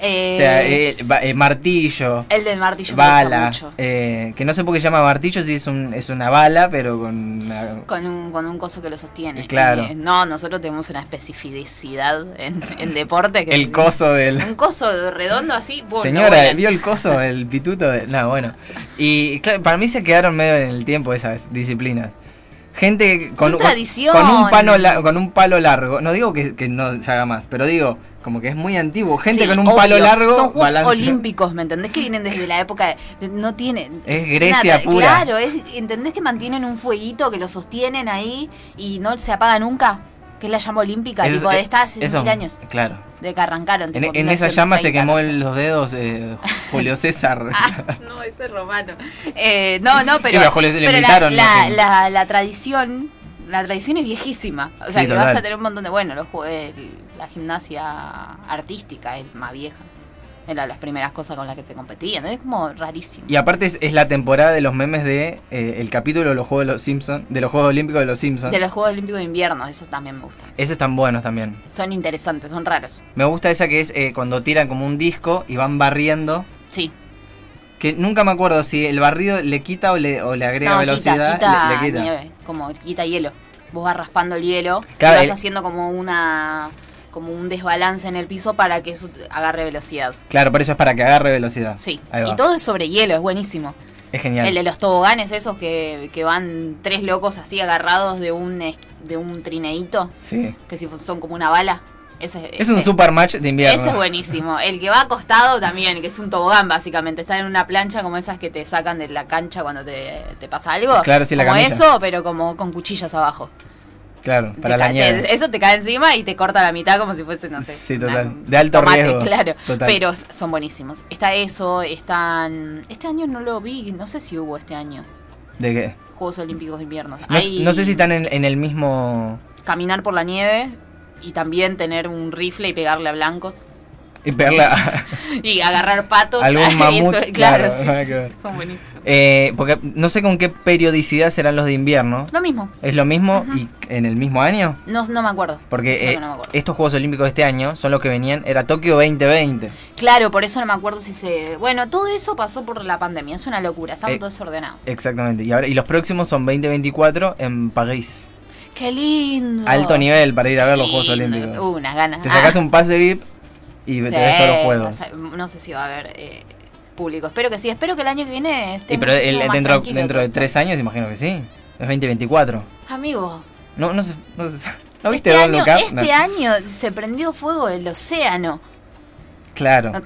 B: Eh,
A: o sea, eh, va- eh, martillo,
B: el del martillo me
A: bala,
B: gusta mucho.
A: eh, que no sé por qué se llama martillo si es, un, es una bala, pero con... una-
B: Con un, con un coso que lo sostiene.
A: Eh, claro.
B: Eh, no, nosotros tenemos una especificidad en, en deporte. Que
A: el coso del...
B: Un coso redondo así. bueno,
A: Señora,
B: vuelan.
A: ¿vio el
B: (laughs)
A: coso, el pituto? De... No, bueno. Y claro, para mí se quedaron medio en el tiempo esas disciplinas. Gente con,
B: Son
A: con-
B: tradición.
A: con un pano la- con un palo largo. No digo que, que no se haga más, pero digo, como que es muy antiguo. Gente
B: Sí,
A: con un
B: obvio.
A: palo largo.
B: Son Juegos
A: balancea.
B: Olímpicos, ¿me entendés? Que vienen desde la época. de- no tienen.
A: Es
B: una
A: Grecia
B: tra-
A: pura.
B: Claro, es- ¿entendés que mantienen un fueguito que lo sostienen ahí y no se apaga nunca? Que es la llama olímpica,
A: Eso-
B: tipo,
A: eh,
B: está hace
A: eso-
B: mil años
A: Claro.
B: de que arrancaron.
A: En, e,
B: tipo,
A: en esa llama se
B: 1930,
A: quemó
B: no sé.
A: el- los dedos
B: (laughs)
A: eh, Julio César.
B: Ah, (laughs) no, ese es romano. Eh, no, no,
A: Y
B: pero,
A: bajo le- le
B: pero la,
A: invitaron,
B: la,
A: ¿no?
B: la- la tradición, la tradición es viejísima. O
A: Sí,
B: sea, que
A: total.
B: vas a tener un montón de, bueno, los jue- el- la gimnasia artística es más vieja. Era las primeras cosas con las que se competían. Es como rarísimo.
A: Y aparte es, es la temporada de los memes de eh, el capítulo de los Juegos de los Simpsons, de los Juegos Olímpicos de los Simpsons.
B: De los Juegos Olímpicos de Invierno, esos también me gustan.
A: Esos están buenos también.
B: Son interesantes, son raros.
A: Me gusta esa que es eh, cuando tiran como un disco y van barriendo.
B: Sí.
A: Que nunca me acuerdo si el barrido le quita o le, o le agrega
B: No,
A: velocidad. le-
B: quita, quita
A: le quita.
B: nieve, como quita hielo. Vos vas raspando el hielo
A: Claro,
B: y vas
A: el-
B: haciendo como una como un desbalance en el piso para que eso agarre velocidad.
A: Claro, por eso es para que agarre velocidad.
B: Sí,
A: Ahí va.
B: y todo es sobre hielo, es buenísimo.
A: Es genial.
B: El de los toboganes esos que, que van tres locos así agarrados de un es- de un trineíto,
A: Sí.
B: que si fu- son como una bala. Ese,
A: Es un
B: ese-
A: super match de invierno.
B: Ese es buenísimo. El que va acostado también, que es un tobogán básicamente. Está en una plancha como esas que te sacan de la cancha cuando te, te pasa algo.
A: Claro, sí, la
B: Como
A: camisa.
B: eso, pero como con cuchillas abajo.
A: Claro, para
B: Te
A: la
B: ca-
A: nieve.
B: te- eso te cae encima y te corta la mitad como si fuese, no sé.
A: Sí,
B: una-
A: total.
B: un
A: De alto
B: tomate,
A: riesgo.
B: Claro.
A: Total.
B: Pero s- son buenísimos. Está eso, están. Este año no lo vi, no sé si hubo este año.
A: ¿De qué?
B: Juegos Olímpicos de Invierno.
A: No,
B: Hay
A: no sé si están en, en el mismo.
B: Caminar por la nieve y también tener un rifle y pegarle a blancos
A: y verla-
B: (laughs) y agarrar patos. (laughs)
A: Algún
B: Eso,
A: mamut, claro,
B: claro, sí,
A: nada
B: sí,
A: que ver.
B: son buenísimos.
A: (laughs) Eh, porque no sé con qué periodicidad serán los de invierno.
B: Lo mismo.
A: ¿Es lo mismo y en el mismo año?
B: No, no me acuerdo.
A: Porque
B: Eso es lo que
A: eh,
B: no me acuerdo.
A: estos Juegos Olímpicos de este año son los que venían, era Tokio 2020.
B: Claro, por eso no me acuerdo si se. Bueno, todo eso pasó por la pandemia. Es una locura. Estamos
A: Eh,
B: todos desordenados.
A: Exactamente. Y ahora y los próximos son 2024 en París.
B: ¡Qué lindo!
A: Alto nivel para ir a ver los Juegos
B: Lindo.
A: Olímpicos.
B: Uh, unas ganas. Ah,
A: Te sacas un pase VIP y
B: Sí,
A: te ves todos los juegos.
B: no sé- No sé si va a haber eh, público. Espero que sí. Espero que el año que viene esté.
A: Y pero el-
B: muchísimo más
A: dentro,
B: tranquilo
A: dentro
B: todo
A: de
B: esto.
A: tres años, imagino que sí. Es 2024.
B: Amigo.
A: No, no sé. ¿No, sé- (laughs) ¿no viste
B: este
A: Don
B: año,
A: Look Up?
B: este
A: No.
B: año se prendió fuego el océano.
A: Claro.
B: No.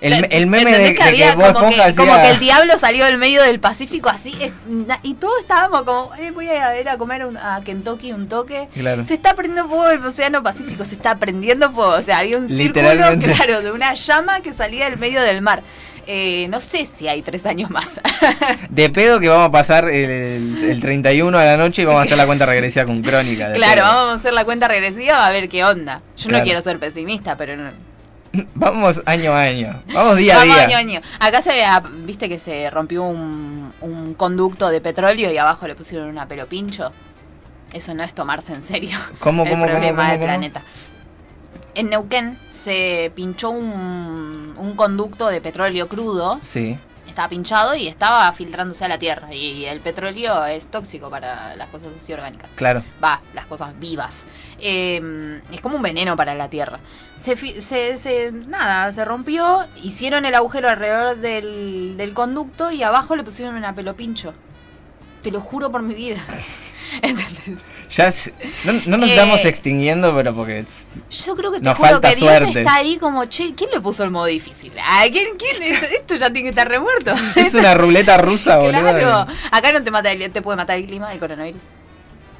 A: El, el
B: ¿Me
A: meme
B: entendés
A: de de que,
B: había
A: vos
B: como, que,
A: pongas
B: como que el diablo salió del medio del Pacífico así. es- na- Y todos estábamos como, eh, voy a ir a comer un- a Kentucky un toque.
A: Claro.
B: Se está prendiendo fuego el Océano Pacífico, se está prendiendo fuego. O sea, había un círculo,
A: Literalmente.
B: claro, de una llama que salía del medio del mar. Eh, no sé si hay tres años más. (laughs)
A: De pedo que vamos a pasar el, el 31 a la noche y vamos a hacer la cuenta regresiva con crónica. de
B: claro,
A: pedo.
B: vamos a hacer la cuenta regresiva a ver qué onda. Yo
A: Claro.
B: no quiero ser pesimista, pero no.
A: Vamos año a año. Vamos día
B: Vamos,
A: a día.
B: año, año. Acá se ah, viste que se rompió un, un conducto de petróleo y abajo le pusieron una pelo pincho. Eso no es tomarse en serio
A: (laughs) ¿Cómo,
B: el
A: cómo, cómo,
B: problema
A: cómo,
B: del
A: cómo?
B: planeta. En Neuquén se pinchó un, un conducto de petróleo crudo,
A: Sí.
B: estaba pinchado y estaba filtrándose a la tierra. Y el petróleo es tóxico para las cosas así orgánicas
A: Claro.
B: va, las cosas vivas. Eh, es como un veneno para la tierra. Se, fi- se- se- nada, se rompió, hicieron el agujero alrededor del, del conducto y abajo le pusieron una pelopincho. Te lo juro por mi vida. (laughs) ¿Entendés?
A: Ya es- no, no nos estamos
B: Eh,
A: extinguiendo, pero porque es-
B: Yo creo que te
A: Nos
B: juro
A: falta
B: que Dios
A: suerte.
B: está ahí como, che, ¿quién le puso el modo difícil? Ah, ¿quién, quién? Esto, esto ya tiene que estar remuerto.
A: (laughs) es
B: (laughs)
A: una ruleta rusa, boludo.
B: Claro, acá no te mata el- te puede matar el clima, el coronavirus.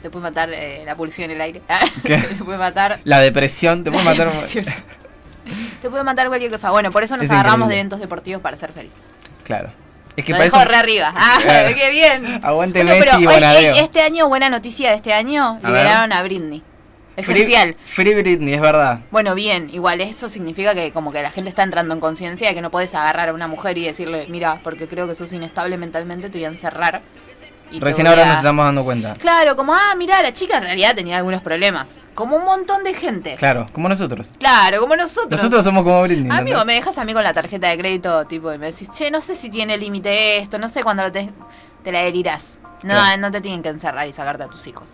B: Te puede matar eh, la pulsión en el aire. (laughs)
A: ¿Qué?
B: Te puede matar
A: La depresión (laughs) te puede matar.
B: Depresión. (laughs) Te puede matar cualquier cosa. Bueno, por eso nos
A: Es
B: agarramos
A: increíble.
B: de eventos deportivos para ser felices.
A: Claro. Es que
B: Lo
A: parece.
B: dejo re arriba. Ah,
A: (laughs) Claro.
B: qué bien.
A: Aguante
B: Bueno,
A: Messi y
B: pero hoy-
A: Bonadeo.
B: hoy- este año, buena noticia de este año,
A: A
B: liberaron a Britney.
A: Free-
B: Esencial.
A: Free Britney, es verdad.
B: Bueno, bien, igual eso significa que como que la gente está entrando en conciencia de que no puedes agarrar a una mujer y decirle, mira, porque creo que sos inestable mentalmente, te voy a encerrar. y te
A: Recién
B: voy
A: ahora
B: a-
A: nos estamos dando cuenta.
B: Claro, como, ah, mira, la chica en realidad tenía algunos problemas. Como un montón de gente. Claro,
A: Claro, como nosotros.
B: como nosotros.
A: Nosotros somos como Britney.
B: Amigo,
A: ¿entendés?
B: me dejas a mí con la tarjeta de crédito, tipo, y me decís, che, no sé si tiene límite esto, no sé cuándo lo tenés. Te la delirás. No,
A: Claro.
B: no te tienen que encerrar y sacarte a tus hijos.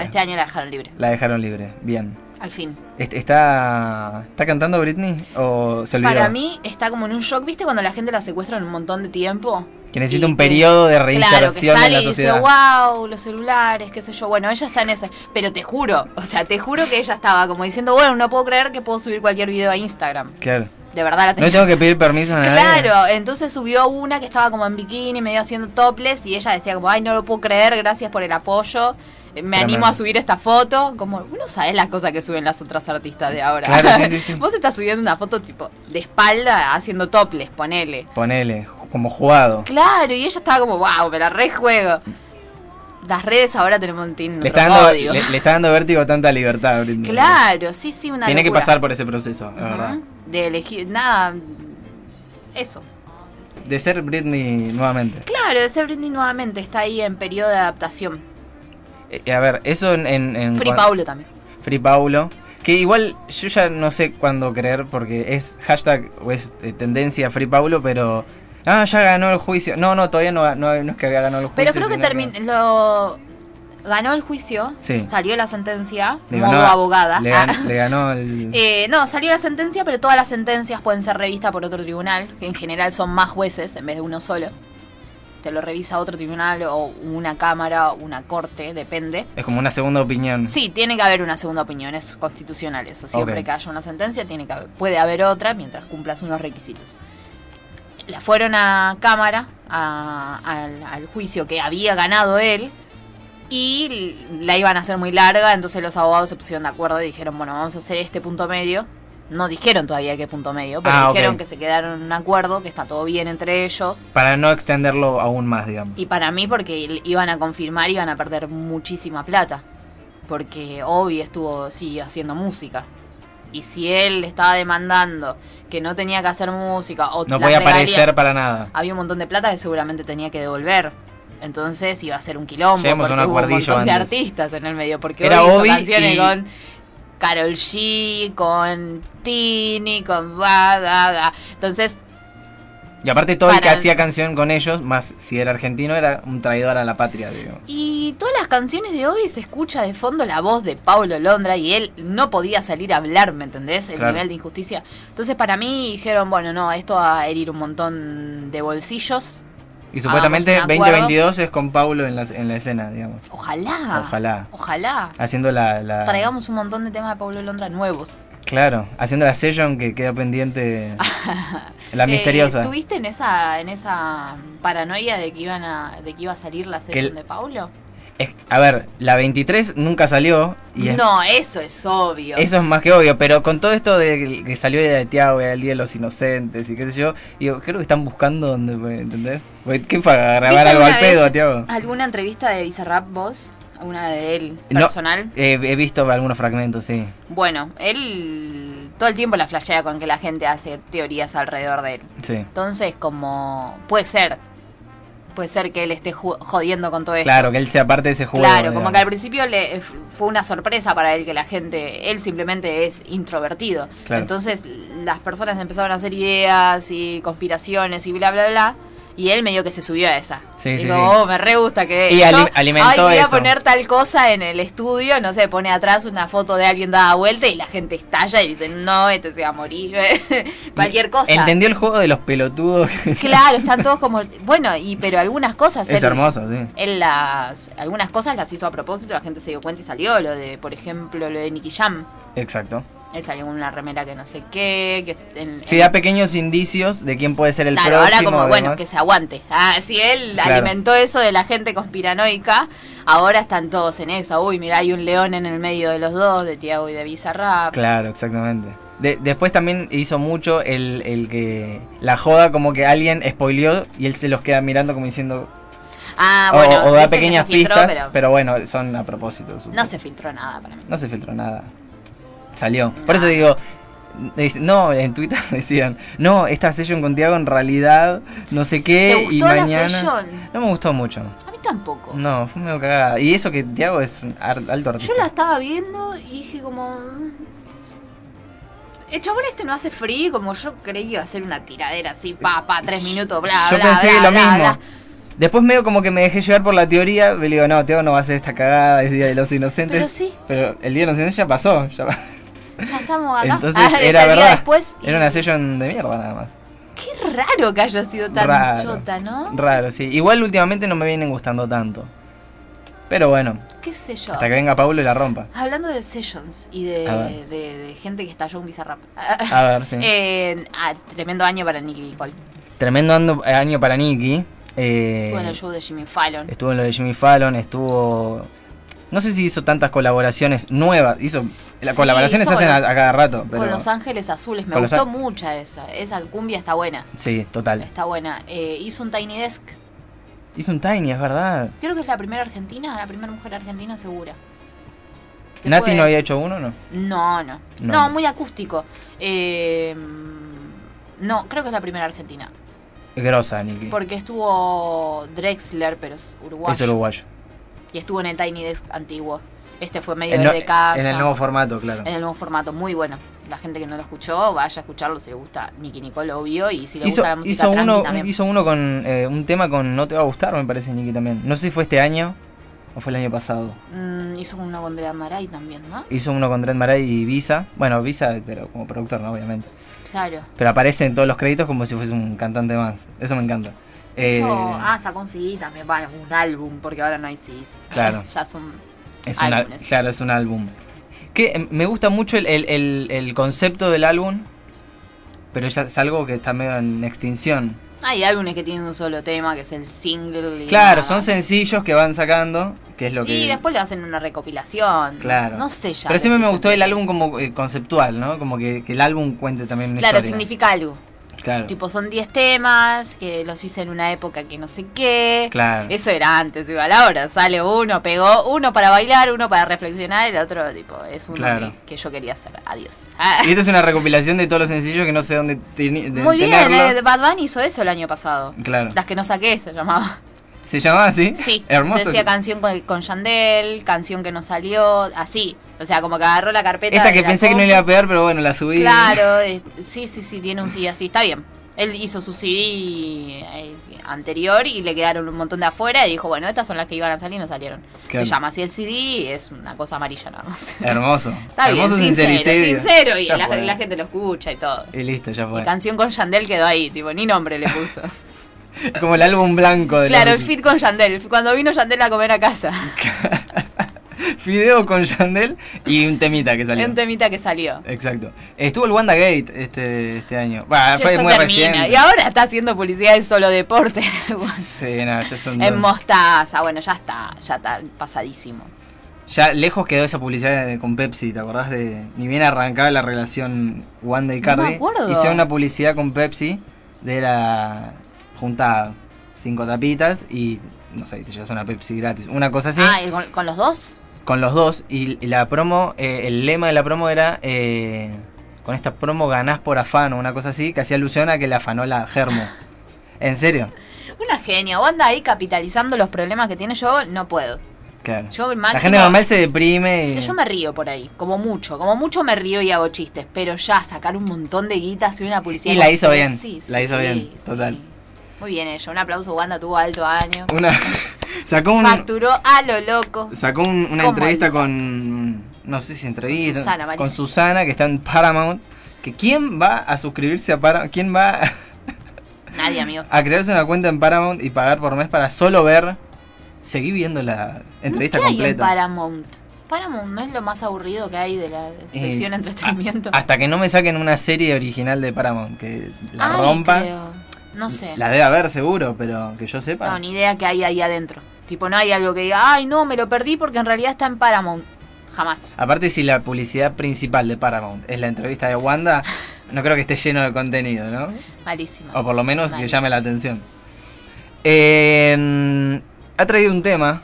A: Claro.
B: este año la dejaron libre.
A: La dejaron libre. Bien.
B: al fin.
A: Est- ¿Está, ¿Está cantando Britney? ¿O se olvidó?
B: Para mí está como en un shock, ¿viste? Cuando la gente la secuestra en un montón de tiempo.
A: Que necesita
B: Y
A: un periodo de
B: Claro,
A: reinserción
B: que sale
A: en la
B: y dice,
A: sociedad.
B: wow, los celulares, qué sé yo. Bueno, ella está en ese. Pero te juro, o sea, te juro que ella estaba como diciendo, bueno, no puedo creer que puedo subir cualquier video a Instagram.
A: Claro.
B: De verdad la
A: No le tengo que pedir permiso a nadie.
B: Claro, entonces subió una que estaba como en bikini, medio haciendo topless, y ella decía como, ay, no lo puedo creer, gracias por el apoyo, eh, me
A: Tremendo.
B: animo a subir esta foto. Como, uno sabe las cosas que suben las otras artistas de ahora.
A: Claro, sí, sí,
B: (laughs)
A: sí.
B: Vos estás subiendo una foto tipo de espalda haciendo topless, ponele.
A: Ponele, como jugado.
B: Claro, y ella estaba como, wow, me la rejuego. Las redes ahora tenemos un tienen
A: Le
B: otro
A: está, dando,
B: código.
A: le, le está dando vértigo tanta libertad a Britney.
B: Claro, sí, sí, una
A: Tiene que
B: locura.
A: pasar por ese proceso, la verdad.
B: Ujú, De elegir, nada, eso.
A: De ser Britney nuevamente.
B: Claro, ese Britney nuevamente está ahí en periodo de adaptación.
A: Eh, a ver, eso en... en- en
B: Free
A: cuan-
B: Paulo también.
A: Free Paulo. Que igual yo ya no sé cuándo creer porque es hashtag o es eh, tendencia Free Paulo, pero... Ah, ya ganó el juicio. No, no, todavía no, ga- no, no es que había ganado el
B: Pero
A: juicio.
B: creo que
A: sino
B: terminó. Lo... Ganó el juicio,
A: Sí.
B: salió la sentencia,
A: le
B: modo
A: ganó-
B: abogada.
A: Le,
B: Ah.
A: gan- le ganó el...
B: (laughs) Eh, no, salió la sentencia, pero todas las sentencias pueden ser revistas por otro tribunal, que en general son más jueces en vez de uno solo. Te lo revisa otro tribunal o una cámara o una corte, depende.
A: Es como una segunda opinión.
B: Sí, tiene que haber una segunda opinión, es constitucional eso. Siempre
A: Ok.
B: que haya una sentencia, tiene que haber- puede haber otra mientras cumplas unos requisitos. La fueron a cámara, a- al, al juicio que había ganado él, y la iban a hacer muy larga, entonces los abogados se pusieron de acuerdo y dijeron, bueno, vamos a hacer este punto medio. No dijeron todavía qué punto medio, pero
A: Ah, ok.
B: dijeron que se quedaron en un acuerdo, que está todo bien entre ellos.
A: Para no extenderlo aún más, digamos.
B: Y para mí, porque iban a confirmar, iban a perder muchísima plata. Porque Obi estuvo, sí, haciendo música. Y si él le estaba demandando que no tenía que hacer música o
A: No
B: las
A: podía
B: regalías,
A: aparecer para nada.
B: había un montón de plata que seguramente tenía que devolver. Entonces iba a ser un quilombo
A: Lleguemos a
B: porque
A: un
B: hubo un
A: acuerdillo
B: montón de
A: antes.
B: artistas en el medio. Porque
A: Era
B: Obi hizo
A: Obi
B: canciones
A: y-
B: con Carol G, con Tini, con... Ba, da, da. Entonces
A: Y aparte todo el que
B: Para-
A: hacía canción con ellos, más si era argentino, era un traidor a la patria, digo.
B: Y todas las canciones de Obi se escucha de fondo la voz de Paulo Londra y él no podía salir a hablar, ¿me entendés? El
A: Claro.
B: nivel de injusticia. Entonces para mí dijeron, bueno, no, esto va a herir un montón de bolsillos. Ah,
A: Y supuestamente
B: Hagamos un pues acuerdo.
A: 2022 es con Paulo en la, en la escena, digamos.
B: Ojalá.
A: Ojalá.
B: Ojalá.
A: Haciendo la... la-
B: Traigamos un montón de temas de Paulo Londra nuevos.
A: Claro, haciendo la session que queda
B: (laughs)
A: pendiente. la
B: Eh,
A: misteriosa.
B: ¿Estuviste en esa, en esa paranoia de que iban a, de que iba a salir la sesión
A: el-
B: de Paulo?
A: Es- a ver, la 23 nunca salió. Y es-
B: No, eso es obvio.
A: Eso es más que obvio, pero con todo esto de que salió de Tiago, era el Día de los Inocentes y qué sé yo, digo, creo que están buscando donde, ¿entendés? Porque, ¿Qué fue? ¿Grabar
B: ¿Viste
A: algo al
B: alguna vez
A: pedo, Tiago?
B: ¿Alguna entrevista de Bizarrap vos? ¿Alguna de él
A: No.
B: personal?
A: Eh, he visto algunos fragmentos, sí.
B: Bueno, él todo el tiempo la flashea con que la gente hace teorías alrededor de él.
A: Sí.
B: Entonces, como puede ser, puede ser que él esté ju- jodiendo con todo esto.
A: Claro, que él sea parte de ese juego.
B: Claro, como
A: digamos.
B: que al principio le eh, fue una sorpresa para él que la gente, él simplemente es introvertido.
A: Claro.
B: Entonces las personas empezaron a hacer ideas y conspiraciones y bla bla bla. Y él medio que se subió a esa.
A: Sí,
B: Digo,
A: sí, sí.
B: oh, me re gusta que.
A: Y
B: yo,
A: ali- alimentó
B: Ay, voy a
A: eso".
B: poner tal cosa en el estudio, no sé, pone atrás una foto de alguien dada vuelta y la gente estalla y dice, no, este se va a morir. (laughs) Cualquier cosa.
A: Entendió el juego de los pelotudos. (laughs)
B: Claro, están todos como. Bueno, y pero algunas cosas.
A: es
B: él-
A: hermoso, sí.
B: él las algunas cosas las hizo a propósito, la gente se dio cuenta y salió lo de, por ejemplo, lo de Nicky Jam.
A: Exacto.
B: Él salió con una remera que no sé qué, que en-
A: Sí,
B: en-
A: da pequeños indicios de quién puede ser el
B: Claro, ahora
A: próximo.
B: como bueno,
A: demás.
B: que se aguante. Ah, si él
A: Claro.
B: alimentó eso de la gente conspiranoica, ahora están todos en eso. Uy, mira, hay un león en el medio de los dos, de Tiago y de Bizarrap.
A: Claro, exactamente. De- después también hizo mucho el, el que la joda como que alguien spoileó y él se los queda mirando como diciendo
B: Ah,
A: o-
B: bueno,
A: o, da
B: dicen que
A: pequeñas
B: se filtró,
A: pistas, pero...
B: pero,
A: bueno, son a propósito. supongo.
B: no se filtró nada para mí.
A: No se filtró nada. Salió. Por
B: Ah.
A: eso digo, dice- no, en Twitter (laughs) decían, no, esta sesión con Tiago en realidad no sé
B: ¿Te
A: qué
B: gustó
A: Eh, y
B: la
A: mañana
B: sesión?
A: No me gustó mucho.
B: A mí tampoco.
A: No, fue medio cagada. Y eso que Tiago es un ar- alto artista.
B: Yo la estaba viendo y dije como... "Mm". El chabón este no hace free, como yo creí que iba a ser una tiradera así, pa, pa, tres minutos, bla,
A: Yo
B: bla,
A: pensé
B: bla,
A: lo
B: bla,
A: mismo.
B: bla.
A: Después medio como que me dejé llevar por la teoría, le digo, no, Teo no va a hacer esta cagada, es Día de los Inocentes.
B: Pero sí.
A: Pero el Día de los Inocentes ya pasó. ya pa-
B: Ya estamos acá. (laughs)
A: Entonces
B: Ah,
A: era
B: salía
A: verdad.
B: después y-
A: Era una session de mierda nada más.
B: Qué raro que haya sido tan
A: Raro.
B: chota, ¿no?
A: Raro, sí. Igual últimamente no me vienen gustando tanto. Pero bueno,
B: Qué sé yo.
A: hasta que venga Pablo y la rompa.
B: Hablando de sessions y de,
A: A ver.
B: de- de gente que estalló un bizarrap.
A: A ver, sí.
B: (laughs)
A: Eh,
B: Eh, ah, tremendo año para Nicky Nicole.
A: Tremendo ando- año para Nicky. Eh,
B: Estuvo en el show de Jimmy Fallon.
A: estuvo en lo de Jimmy Fallon, estuvo... No sé si hizo tantas colaboraciones nuevas. Hizo... Las
B: Sí,
A: colaboraciones
B: hizo
A: se hacen a,
B: los-
A: a cada rato. Pero...
B: Con Los Ángeles Azules. Me
A: Con Los
B: gustó
A: An-
B: mucha esa. Esa cumbia está buena.
A: Sí, total.
B: Está buena. Eh, hizo un Tiny Desk.
A: Hizo un Tiny, es verdad.
B: Creo que es la primera argentina, la primera mujer argentina segura. Que
A: Nati
B: fue-
A: no había hecho uno, ¿no?
B: No, no.
A: No,
B: No,
A: no.
B: muy acústico. Eh, no, creo que es la primera argentina.
A: Grosa, Nicky.
B: Porque estuvo Drexler, pero es uruguayo.
A: Es uruguayo.
B: Y estuvo en el Tiny Desk antiguo. Este fue medio
A: En, no-
B: de casa.
A: en el nuevo formato, claro.
B: en el nuevo formato, muy bueno. La gente que no lo escuchó, vaya a escucharlo si le gusta Nicky Nicole, obvio. Y si le
A: Hizo,
B: gusta la música
A: hizo
B: tranqui
A: uno,
B: también.
A: hizo uno con eh, un tema con No te va a gustar, me parece, Nicky también. No sé si fue este año o fue el año pasado.
B: Mm, hizo una con Andrea Maray también, ¿no?
A: Hizo uno con Trent Maray y Visa. Bueno, Visa, pero como productor, no, obviamente.
B: Claro.
A: Pero aparece en todos los créditos como si fuese un cantante más. Eso me encanta. Eh,
B: Hizo- ah, sacó un CD también, bueno, un álbum, porque ahora no hay CDs.
A: Claro.
B: ya son
A: es un al-
B: álbumes.
A: claro, es un álbum. Que eh, me gusta mucho el, el- el- el concepto del álbum, pero ya es algo que está medio en extinción.
B: Hay álbumes que tienen un solo tema, que es el single. y
A: Claro,
B: nada
A: son
B: más.
A: sencillos que van sacando, que es lo que...
B: Y después le hacen una recopilación.
A: Claro.
B: No sé ya.
A: Pero
B: de
A: siempre
B: qué
A: me
B: se
A: gustó el
B: trata.
A: álbum como eh, conceptual, ¿no? Como que, que el álbum cuente también una
B: Claro,
A: historia.
B: significa algo.
A: Claro,
B: Tipo, son 10 temas, que los hice en una época que no sé qué.
A: claro.
B: Eso era antes, igual ahora. Sale uno, pegó uno para bailar, uno para reflexionar, el otro, tipo, es uno
A: Claro.
B: que, que yo quería hacer. Adiós.
A: Y esta es una recopilación de todos los sencillos que no sé dónde teni- de-
B: (laughs) Muy bien,
A: tenerlos.
B: eh, Bad Bunny hizo eso el año pasado.
A: Claro.
B: Las que no saqué se llamaba.
A: ¿Se llamaba así?
B: Sí,
A: Hermoso.
B: decía canción con, con Yandel, canción que no salió, así. O sea, como que agarró la carpeta.
A: Esta
B: de
A: que
B: la
A: pensé que no
B: compu.
A: le iba a pegar, pero bueno, la subí.
B: Claro, eh, sí, sí, sí, tiene un CD así, está bien. Él hizo su CD eh, anterior y le quedaron un montón de afuera y dijo, bueno, estas son las que iban a salir y no salieron.
A: Claro.
B: Se llama así el CD, es una cosa amarilla nada más.
A: Hermoso.
B: (laughs) Está bien,
A: Hermoso
B: sincero,
A: sincericidio.
B: sincero, y
A: Ya
B: la,
A: fue.
B: la gente lo escucha y todo.
A: Y listo, ya
B: Y
A: fue.
B: canción con Yandel quedó ahí, tipo, ni nombre
A: (laughs)
B: le puso.
A: Como el álbum blanco de la
B: claro, el
A: Britney.
B: fit con Yandel. Cuando vino Yandel a comer a casa,
A: Fideo con Yandel y un temita que salió.
B: un temita que salió.
A: Exacto. Estuvo el WandaGate este, este año. Bah, fue
B: Eso
A: muy
B: termina.
A: reciente.
B: Y ahora está haciendo publicidad de solo deporte. (laughs)
A: Sí, no, ya son
B: en
A: dos.
B: Mostaza, bueno, ya está, ya está pasadísimo.
A: Ya lejos quedó esa publicidad de- con Pepsi, ¿te acordás de...? Ni bien arrancaba la relación Wanda y
B: No
A: Cardi.
B: me acuerdo.
A: Hicieron una publicidad con Pepsi de la juntada cinco tapitas y, no sé, te llevas una Pepsi gratis. Una cosa así,
B: Ah, ¿y con, con los dos?
A: con los dos. Y, y la promo, eh, el lema de la promo era... eh, con esta promo ganás por afano, una cosa así, que hacía alusión a que le afanó la
B: (laughs)
A: Germo. ¿En serio?
B: Una genia. O anda ahí capitalizando los problemas que tiene yo, no puedo.
A: Claro.
B: Yo, el
A: la
B: máximo-
A: gente normal se deprime y...
B: Yo me río por ahí, como mucho, como mucho me río y hago chistes, pero ya sacar un montón de guitas y una publicidad.
A: Y la
B: con-
A: hizo bien,
B: Sí, sí,
A: la hizo
B: sí,
A: bien,
B: sí.
A: total.
B: Muy bien ella, un aplauso, Wanda tuvo alto año.
A: Una... (laughs) Sacó un...
B: Facturó a lo loco.
A: Sacó un- una
B: ¿Cómo
A: entrevista
B: el-
A: con. No sé si entrevista.
B: Con Susana, parece.
A: con Susana, que está en Paramount. Que quién va a suscribirse a Paramount. ¿Quién va
B: Nadie, amigo.
A: a crearse una cuenta en Paramount y pagar por mes para solo ver. Seguí viendo la entrevista
B: ¿Qué hay en
A: completa.
B: Paramount? Paramount no es lo más aburrido que hay de la sección
A: Eh,
B: de entretenimiento.
A: Hasta que no me saquen una serie original de Paramount que la
B: Ay,
A: rompa.
B: creo. No sé.
A: La debe haber seguro, pero que yo sepa.
B: No, ni idea que hay ahí adentro. Tipo, no hay algo que diga, ay, no, me lo perdí porque en realidad está en Paramount. Jamás.
A: Aparte, si la publicidad principal de Paramount es la entrevista de Wanda, no creo que esté lleno de contenido, ¿no?
B: Malísimo.
A: O por lo menos que
B: Vale.
A: llame la atención. Eh, ha traído un tema.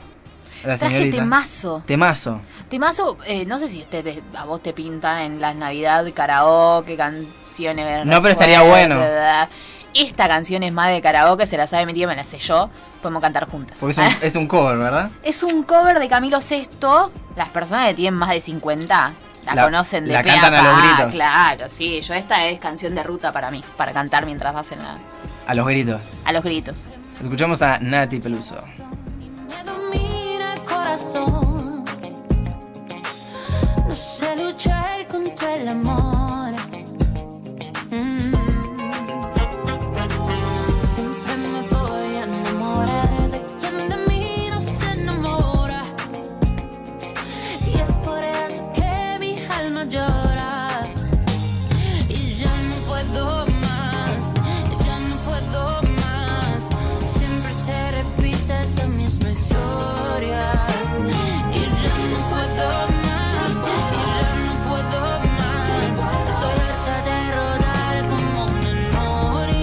A: La
B: Traje
A: señorita.
B: temazo.
A: Temazo.
B: Temazo, eh, no sé si ustedes, a vos te pintan en la Navidad karaoke, canciones.
A: No, pero estaría
B: fuertes,
A: bueno.
B: ¿verdad? Esta canción es más de karaoke, se la sabe mi tía, me la sé yo. Podemos cantar juntas.
A: Porque es
B: (laughs)
A: un, es un cover, ¿verdad?
B: Es un cover de Camilo VI. Las personas que tienen más de 50 la,
A: La-
B: conocen de
A: la
B: pe a
A: cantan a los
B: pa,
A: gritos.
B: Claro, sí. Yo esta es canción de ruta para mí, para cantar mientras hacen la,
A: A los gritos.
B: a los gritos.
A: Escuchamos a Nati Peluso.
C: Miedo mira el corazón. No sé luchar contra el amor. Mm. Siempre me voy a enamorar de quien de mí no se enamora. Y es por eso que mi alma llora. Y ya no puedo más, ya no puedo más. Siempre se repite esa misma historia. Y ya no puedo más, y ya no puedo más. Estoy harta de rodar como una noria.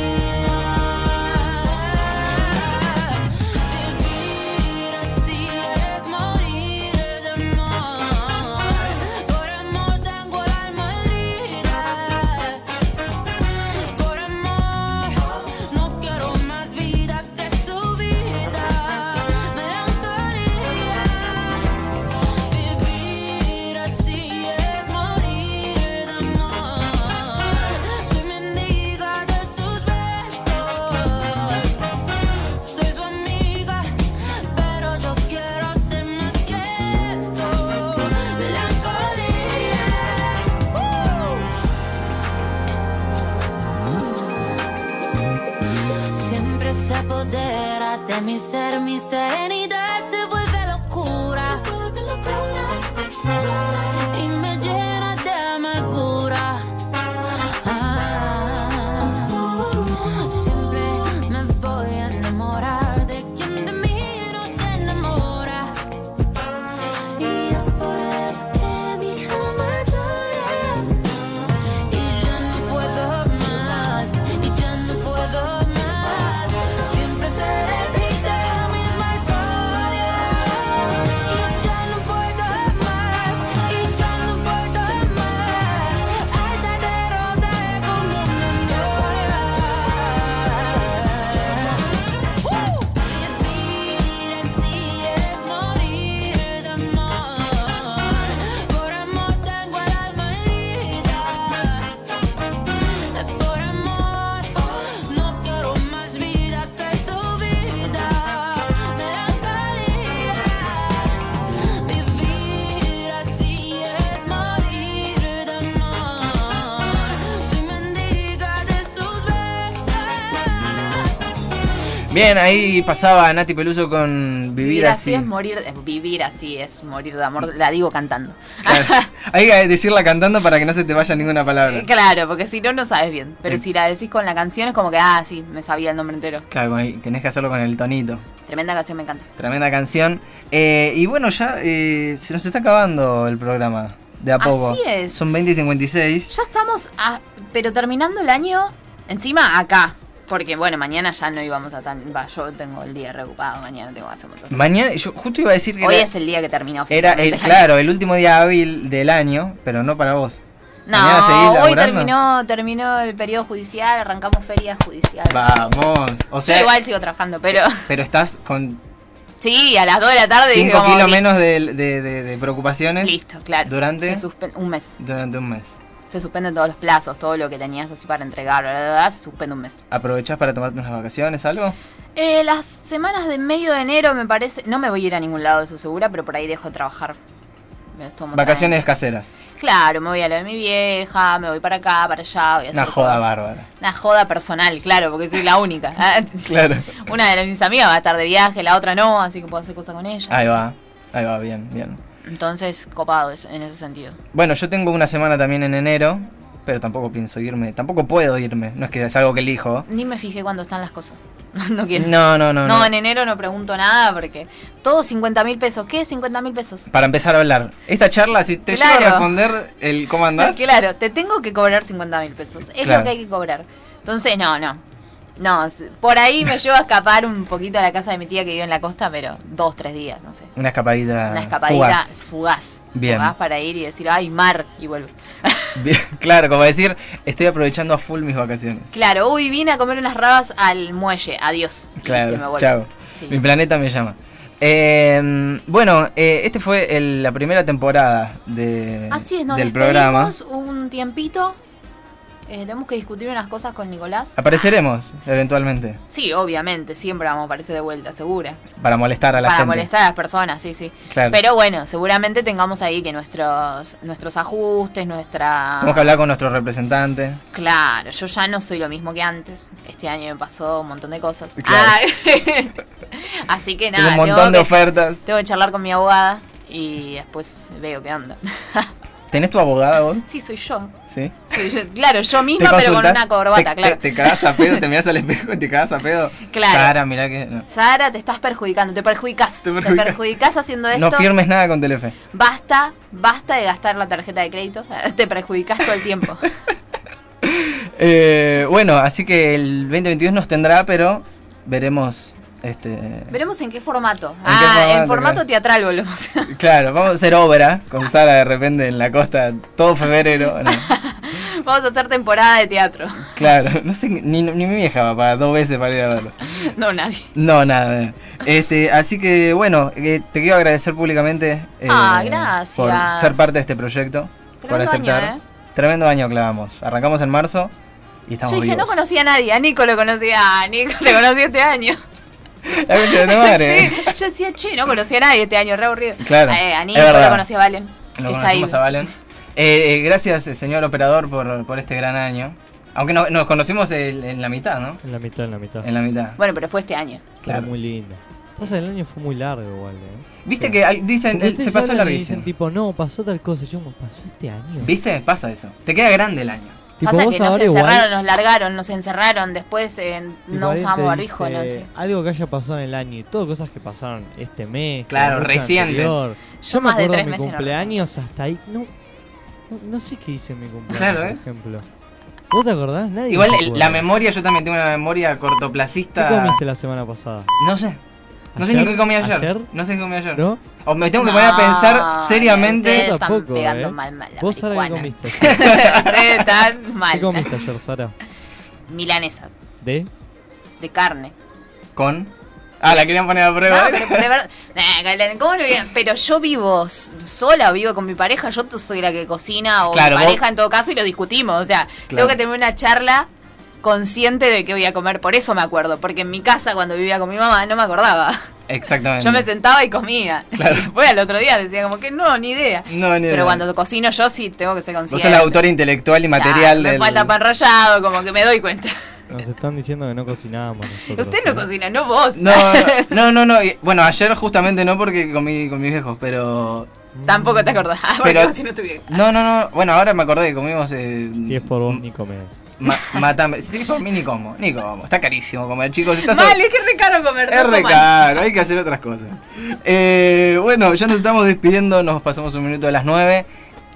C: Vivir así es morir de amor. Por amor tengo el alma herida. Por amor, no quiero más vida que su vida. Melancolía. Vivir así es morir de amor. Soy mendiga de sus besos. Soy su amiga, pero yo quiero ser más que eso. Melancolía. Siempre se apodera de mi ser, mi serenidad se vuelve locura. Y me llena de amargura. Ah, siempre me voy a enamorar de quien de mí no se enamora. Y es por eso que mi alma llora. Y ya no puedo más, y ya no puedo más. Siempre se repite la misma historia. Y ya no puedo más, y ya no puedo más. Hasta de rodar como una noria. Vivir así es morir de amor. Por amor tengo el alma herida. Por amor, no quiero más vida que su vida. Melancolía, vivir así es morir de amor. Soy mendiga de sus besos.
A: Bien, ahí pasaba Nati Peluso con Vivir,
B: Vivir
A: así.
B: así es morir, eh, vivir así es morir de amor, la digo cantando.
A: (laughs) Claro. Hay que decirla cantando para que no se te vaya ninguna
B: Eh,
A: palabra.
B: Ah, Claro, porque si no, no sabes bien. Pero
A: Sí.
B: si la decís con la canción es como que, ah, sí, me sabía el nombre entero.
A: Claro, ahí tenés que hacerlo con el tonito.
B: Tremenda canción, me encanta.
A: Tremenda canción. Eh, y bueno, ya eh, se nos está acabando el programa. De a poco.
B: Así es.
A: Son 20 y 56.
B: Ya estamos, a- pero terminando el año, encima acá. Porque bueno, mañana ya no íbamos a tan. Va, yo tengo el día reocupado, mañana tengo que hacer un montón de
A: Mañana, yo justo iba a decir que
B: Hoy
A: era,
B: es el día que terminó
A: era
B: oficialmente
A: el,
B: el año.
A: claro, el último día hábil del año, pero no para vos. Mañana seguís
B: No, hoy
A: laburando.
B: terminó, terminó el periodo judicial, arrancamos ferias judiciales.
A: Vamos. O sea,
B: Yo igual sigo trabajando, pero (laughs)
A: pero estás con
B: sí, a las 2 de la tarde dije
A: 5
B: como,
A: kilos
B: li-
A: menos de, de- de- de preocupaciones
B: Listo, claro.
A: Durante-
B: Se suspen- un mes.
A: durante un mes.
B: Se suspenden todos los plazos, todo lo que tenías así para entregar, bla, bla, bla, se suspende un mes.
A: ¿Aprovechás para tomarte unas vacaciones, algo?
B: Eh, las semanas de medio de enero me parece. No me voy a ir a ningún lado, eso segura, pero por ahí dejo de trabajar. Me los tomo
A: Vacaciones caseras.
B: tranqui. Claro, me voy a lo de mi vieja, me voy para acá, para allá. Voy a
A: Una
B: hacer
A: joda
B: cosas.
A: bárbara.
B: Una joda personal, claro, porque soy
A: (laughs)
B: la única. Ah,
A: Claro.
B: Una de las- mis amigas va a estar de viaje, la otra no, así que puedo hacer cosas con ella.
A: Ahí va. Ahí va, bien, bien.
B: Entonces, copado es- en ese sentido.
A: Bueno, yo tengo una semana también en enero, pero tampoco pienso irme. Tampoco puedo irme. No es que es algo que elijo.
B: Ni me fijé cuándo están las cosas. (laughs) No quiero.
A: No, no, no.
B: No, en enero no pregunto nada porque todo 50 mil pesos. ¿Qué es 50 mil pesos?
A: Para empezar a hablar. Esta charla, si te
B: Claro.
A: lleva a responder el cómo andás,
B: (laughs) Claro, te tengo que cobrar 50 mil pesos. Es
A: Claro.
B: lo que hay que cobrar. Entonces, no, no. No, s- por ahí me llevo a escapar un poquito a la casa de mi tía que vive en la costa, pero dos, tres días, no sé.
A: una escapadita.
B: Una escapadita
A: Ah, fugaz.
B: fugaz. Fugaz,
A: Bien.
B: para ir y decir, ay, mar, y vuelvo.
A: Bien, (laughs) claro, como decir, estoy aprovechando a full mis vacaciones.
B: (laughs) Claro, uy, vine a comer unas rabas al muelle. Adiós. Y listo, me
A: Claro,
B: vuelvo.
A: chao.
B: Sí,
A: Mi
B: sí.
A: planeta me llama. Eh, bueno, eh, este fue el- la primera temporada de,
B: Así es, nos
A: del programa.
B: despedimos un tiempito Eh, tenemos que discutir unas cosas con Nicolás.
A: Ah. Apareceremos eventualmente
B: Sí, obviamente, siempre vamos a aparecer de vuelta, segura.
A: para molestar a la
B: Para
A: gente.
B: molestar a las personas, sí, sí.
A: Claro.
B: Pero bueno, seguramente tengamos ahí que nuestros nuestros ajustes, nuestra...
A: Tenemos que hablar con nuestro representante.
B: Claro, yo ya no soy lo mismo que antes. Este año me pasó un montón de cosas.
A: Claro.
B: Ah, (laughs) así que
A: Tengo
B: nada,
A: un montón de
B: tengo, que,
A: ofertas.
B: tengo que charlar con mi abogada y después veo qué onda. (laughs)
A: ¿Tenés tu abogada vos?
B: sí, soy yo.
A: Sí.
B: Soy yo. Claro, yo
A: ¿Te
B: misma, pero con
A: consultás?
B: una
A: Te-
B: corbata,
A: te-
B: claro.
A: Te, cagás a
B: (laughs)
A: pedo, te mirás al espejo y te cagás a pedo.
B: Claro.
A: Sara, mirá que. No,
B: Sara, te estás perjudicando, te perjudicas.
A: Te
B: Te
A: perjudicas.
B: perjudicas haciendo esto.
A: No firmes nada con Telefe.
B: Basta, basta de gastar la tarjeta de crédito. (laughs) Te perjudicas todo el
A: (laughs)
B: tiempo.
A: Eh, bueno, así que el 2022 nos tendrá, pero veremos. Este,
B: Veremos en qué formato.
A: qué
B: ah,
A: formato,
B: en formato
A: claro.
B: teatral volvemos. (laughs)
A: Claro, vamos a hacer obra con Sara de repente en la costa todo febrero.
B: (laughs)
A: No,
B: Vamos a hacer temporada de teatro. (laughs)
A: claro, no sé, ni, ni mi vieja va para dos veces para ir a verlo.
B: No, nadie.
A: No, nada. nada. Este, así que bueno, eh, te quiero agradecer públicamente eh,
B: Ah, gracias.
A: por ser parte de este proyecto, por
B: Tremendo
A: aceptar.
B: año, ¿eh?
A: Tremendo año clavamos. Arrancamos en marzo y estamos
B: Yo dije, no
A: vivos.
B: conocía a nadie. A Nico lo conocía. A Nico lo conocí este año.
A: (laughs) La concha de tu madre.
B: (laughs)
A: ¿eh?
B: Sí, yo decía, che, no conocía a nadie este año. Re aburrido.
A: Claro,
B: Eh, a
A: es
B: Nico
A: verdad.
B: lo conocí a Valen.
A: Lo
B: que está ahí.
A: conocimos a Valen. Eh, eh, gracias, eh, señor operador, por, por este gran año. Aunque no- nos conocimos el- en la mitad, ¿no?
D: En la mitad, en la mitad.
A: En la mitad.
B: Bueno, pero fue este año.
A: claro.
D: Fue muy lindo. Pasa, el año fue muy largo igual, ¿eh?
A: Viste
D: Sí.
A: que hay- dicen,
D: Porque
A: eh, se
D: ustedes
A: pasó
D: hablan y
A: larguísimo.
D: Dicen tipo, no, pasó tal cosa. Yo, como, ¿pasó este año?
A: ¿Viste? Pasa eso. Te queda grande el año.
D: Tipo,
B: Pasa
D: vos
B: que nos
D: ahora igual,
B: encerraron, nos largaron, nos encerraron. Después eh,
D: tipo,
B: no
D: alguien te
B: usamos barbijo. No
D: dice
B: sé.
D: Algo que haya pasado en el año. Y todo cosas que pasaron este mes. que
A: Claro,
D: la noche
A: recientes.
D: anterior. Yo, me
B: más de
D: acuerdo
B: tres
D: mi
B: meses no
D: cumpleaños hasta ahí. No, no, no sé qué hice en mi cumpleaños,
A: Claro, ¿eh?
D: por ejemplo. ¿Vos te acordás? Nadie
A: Igual
D: se
A: el-
D: acuerda.
A: la memoria, yo también tengo una memoria
D: ¿Qué
A: cortoplacista.
D: comiste la semana pasada?
A: No sé. No sé ni
D: ¿Ayer?
A: qué comí ayer.
D: ¿Ayer?
A: No sé qué comí ayer.
D: ¿No?
A: O me tengo que poner a
B: No,
A: pensar
B: ustedes
A: seriamente.
D: Yo
B: están
D: tampoco,
B: pegando
D: ¿eh?
B: mal, mal la
D: ¿Vos Sara qué
B: marihuana.
D: comiste?
B: (laughs) Ustedes están
D: ¿Qué
B: mal.
D: comiste ayer, Sara?
B: Milanesas,
D: ¿De?
B: de carne.
A: Con. Ah, la querían poner a
B: No,
A: prueba.
B: pero de verdad. Nah, Galán, ¿cómo no voy a- Pero yo vivo s- sola o vivo con mi pareja, yo t- soy la que cocina o
A: Claro,
B: mi
A: vos-
B: pareja en todo caso y lo discutimos. O sea, tengo que tener una charla consciente de qué voy a comer. Por eso me acuerdo, porque en mi casa cuando vivía con mi mamá no me acordaba.
A: Exactamente.
B: Yo me sentaba y comía. Y (laughs) después al otro día decía como que no, ni idea.
A: No, ni
B: Pero
A: idea.
B: cuando cocino yo sí tengo que ser
A: Vos
B: consciente.
A: sos la autora intelectual y material
B: Claro, me
A: del.
B: falta pan rallado, como que me doy cuenta.
D: Nos están diciendo que no cocinábamos
B: (laughs)
D: nosotros.
B: Usted no
D: ¿eh?
B: cocina, no vos.
A: No, no, no, no. y- Bueno, ayer justamente no porque comí con mis viejos, pero.
B: (laughs) Tampoco te acordás. (laughs) Porque
A: Pero-
B: vos si no estuviera.
A: No, no, no. Bueno, ahora me acordé que comimos. Eh,
D: Si es por vos, ni comés.
A: ma- matambre. Si es por mí, ni como. Ni como. Está carísimo comer, chicos. Está so-
B: Mal, es que es re caro comer.
A: Es
B: no
A: re
B: coman.
A: caro, hay que hacer otras cosas. Eh, bueno, ya nos estamos despidiendo, nos pasamos un minuto a las 9.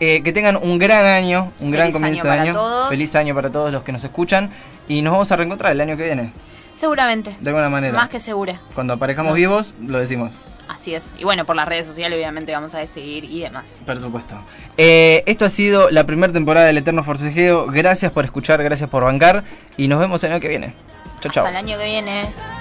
A: Eh, que tengan un gran año, un gran
B: Feliz
A: comienzo
B: año
A: de
B: para
A: año.
B: todos.
A: Feliz año para todos los que nos escuchan. Y nos vamos a reencontrar el año que viene,
B: Seguramente.
A: de alguna manera.
B: Más que segura.
A: Cuando aparezcamos
B: No sé.
A: vivos, lo decimos,
B: Así es. Y bueno, por las redes sociales obviamente vamos a decidir y demás.
A: por supuesto. Eh, esto ha sido la primera temporada del Eterno Forcejeo. Gracias por escuchar, gracias por bancar. Y nos vemos el año que viene. Chao, chao.
B: Hasta el año que viene.
C: Thank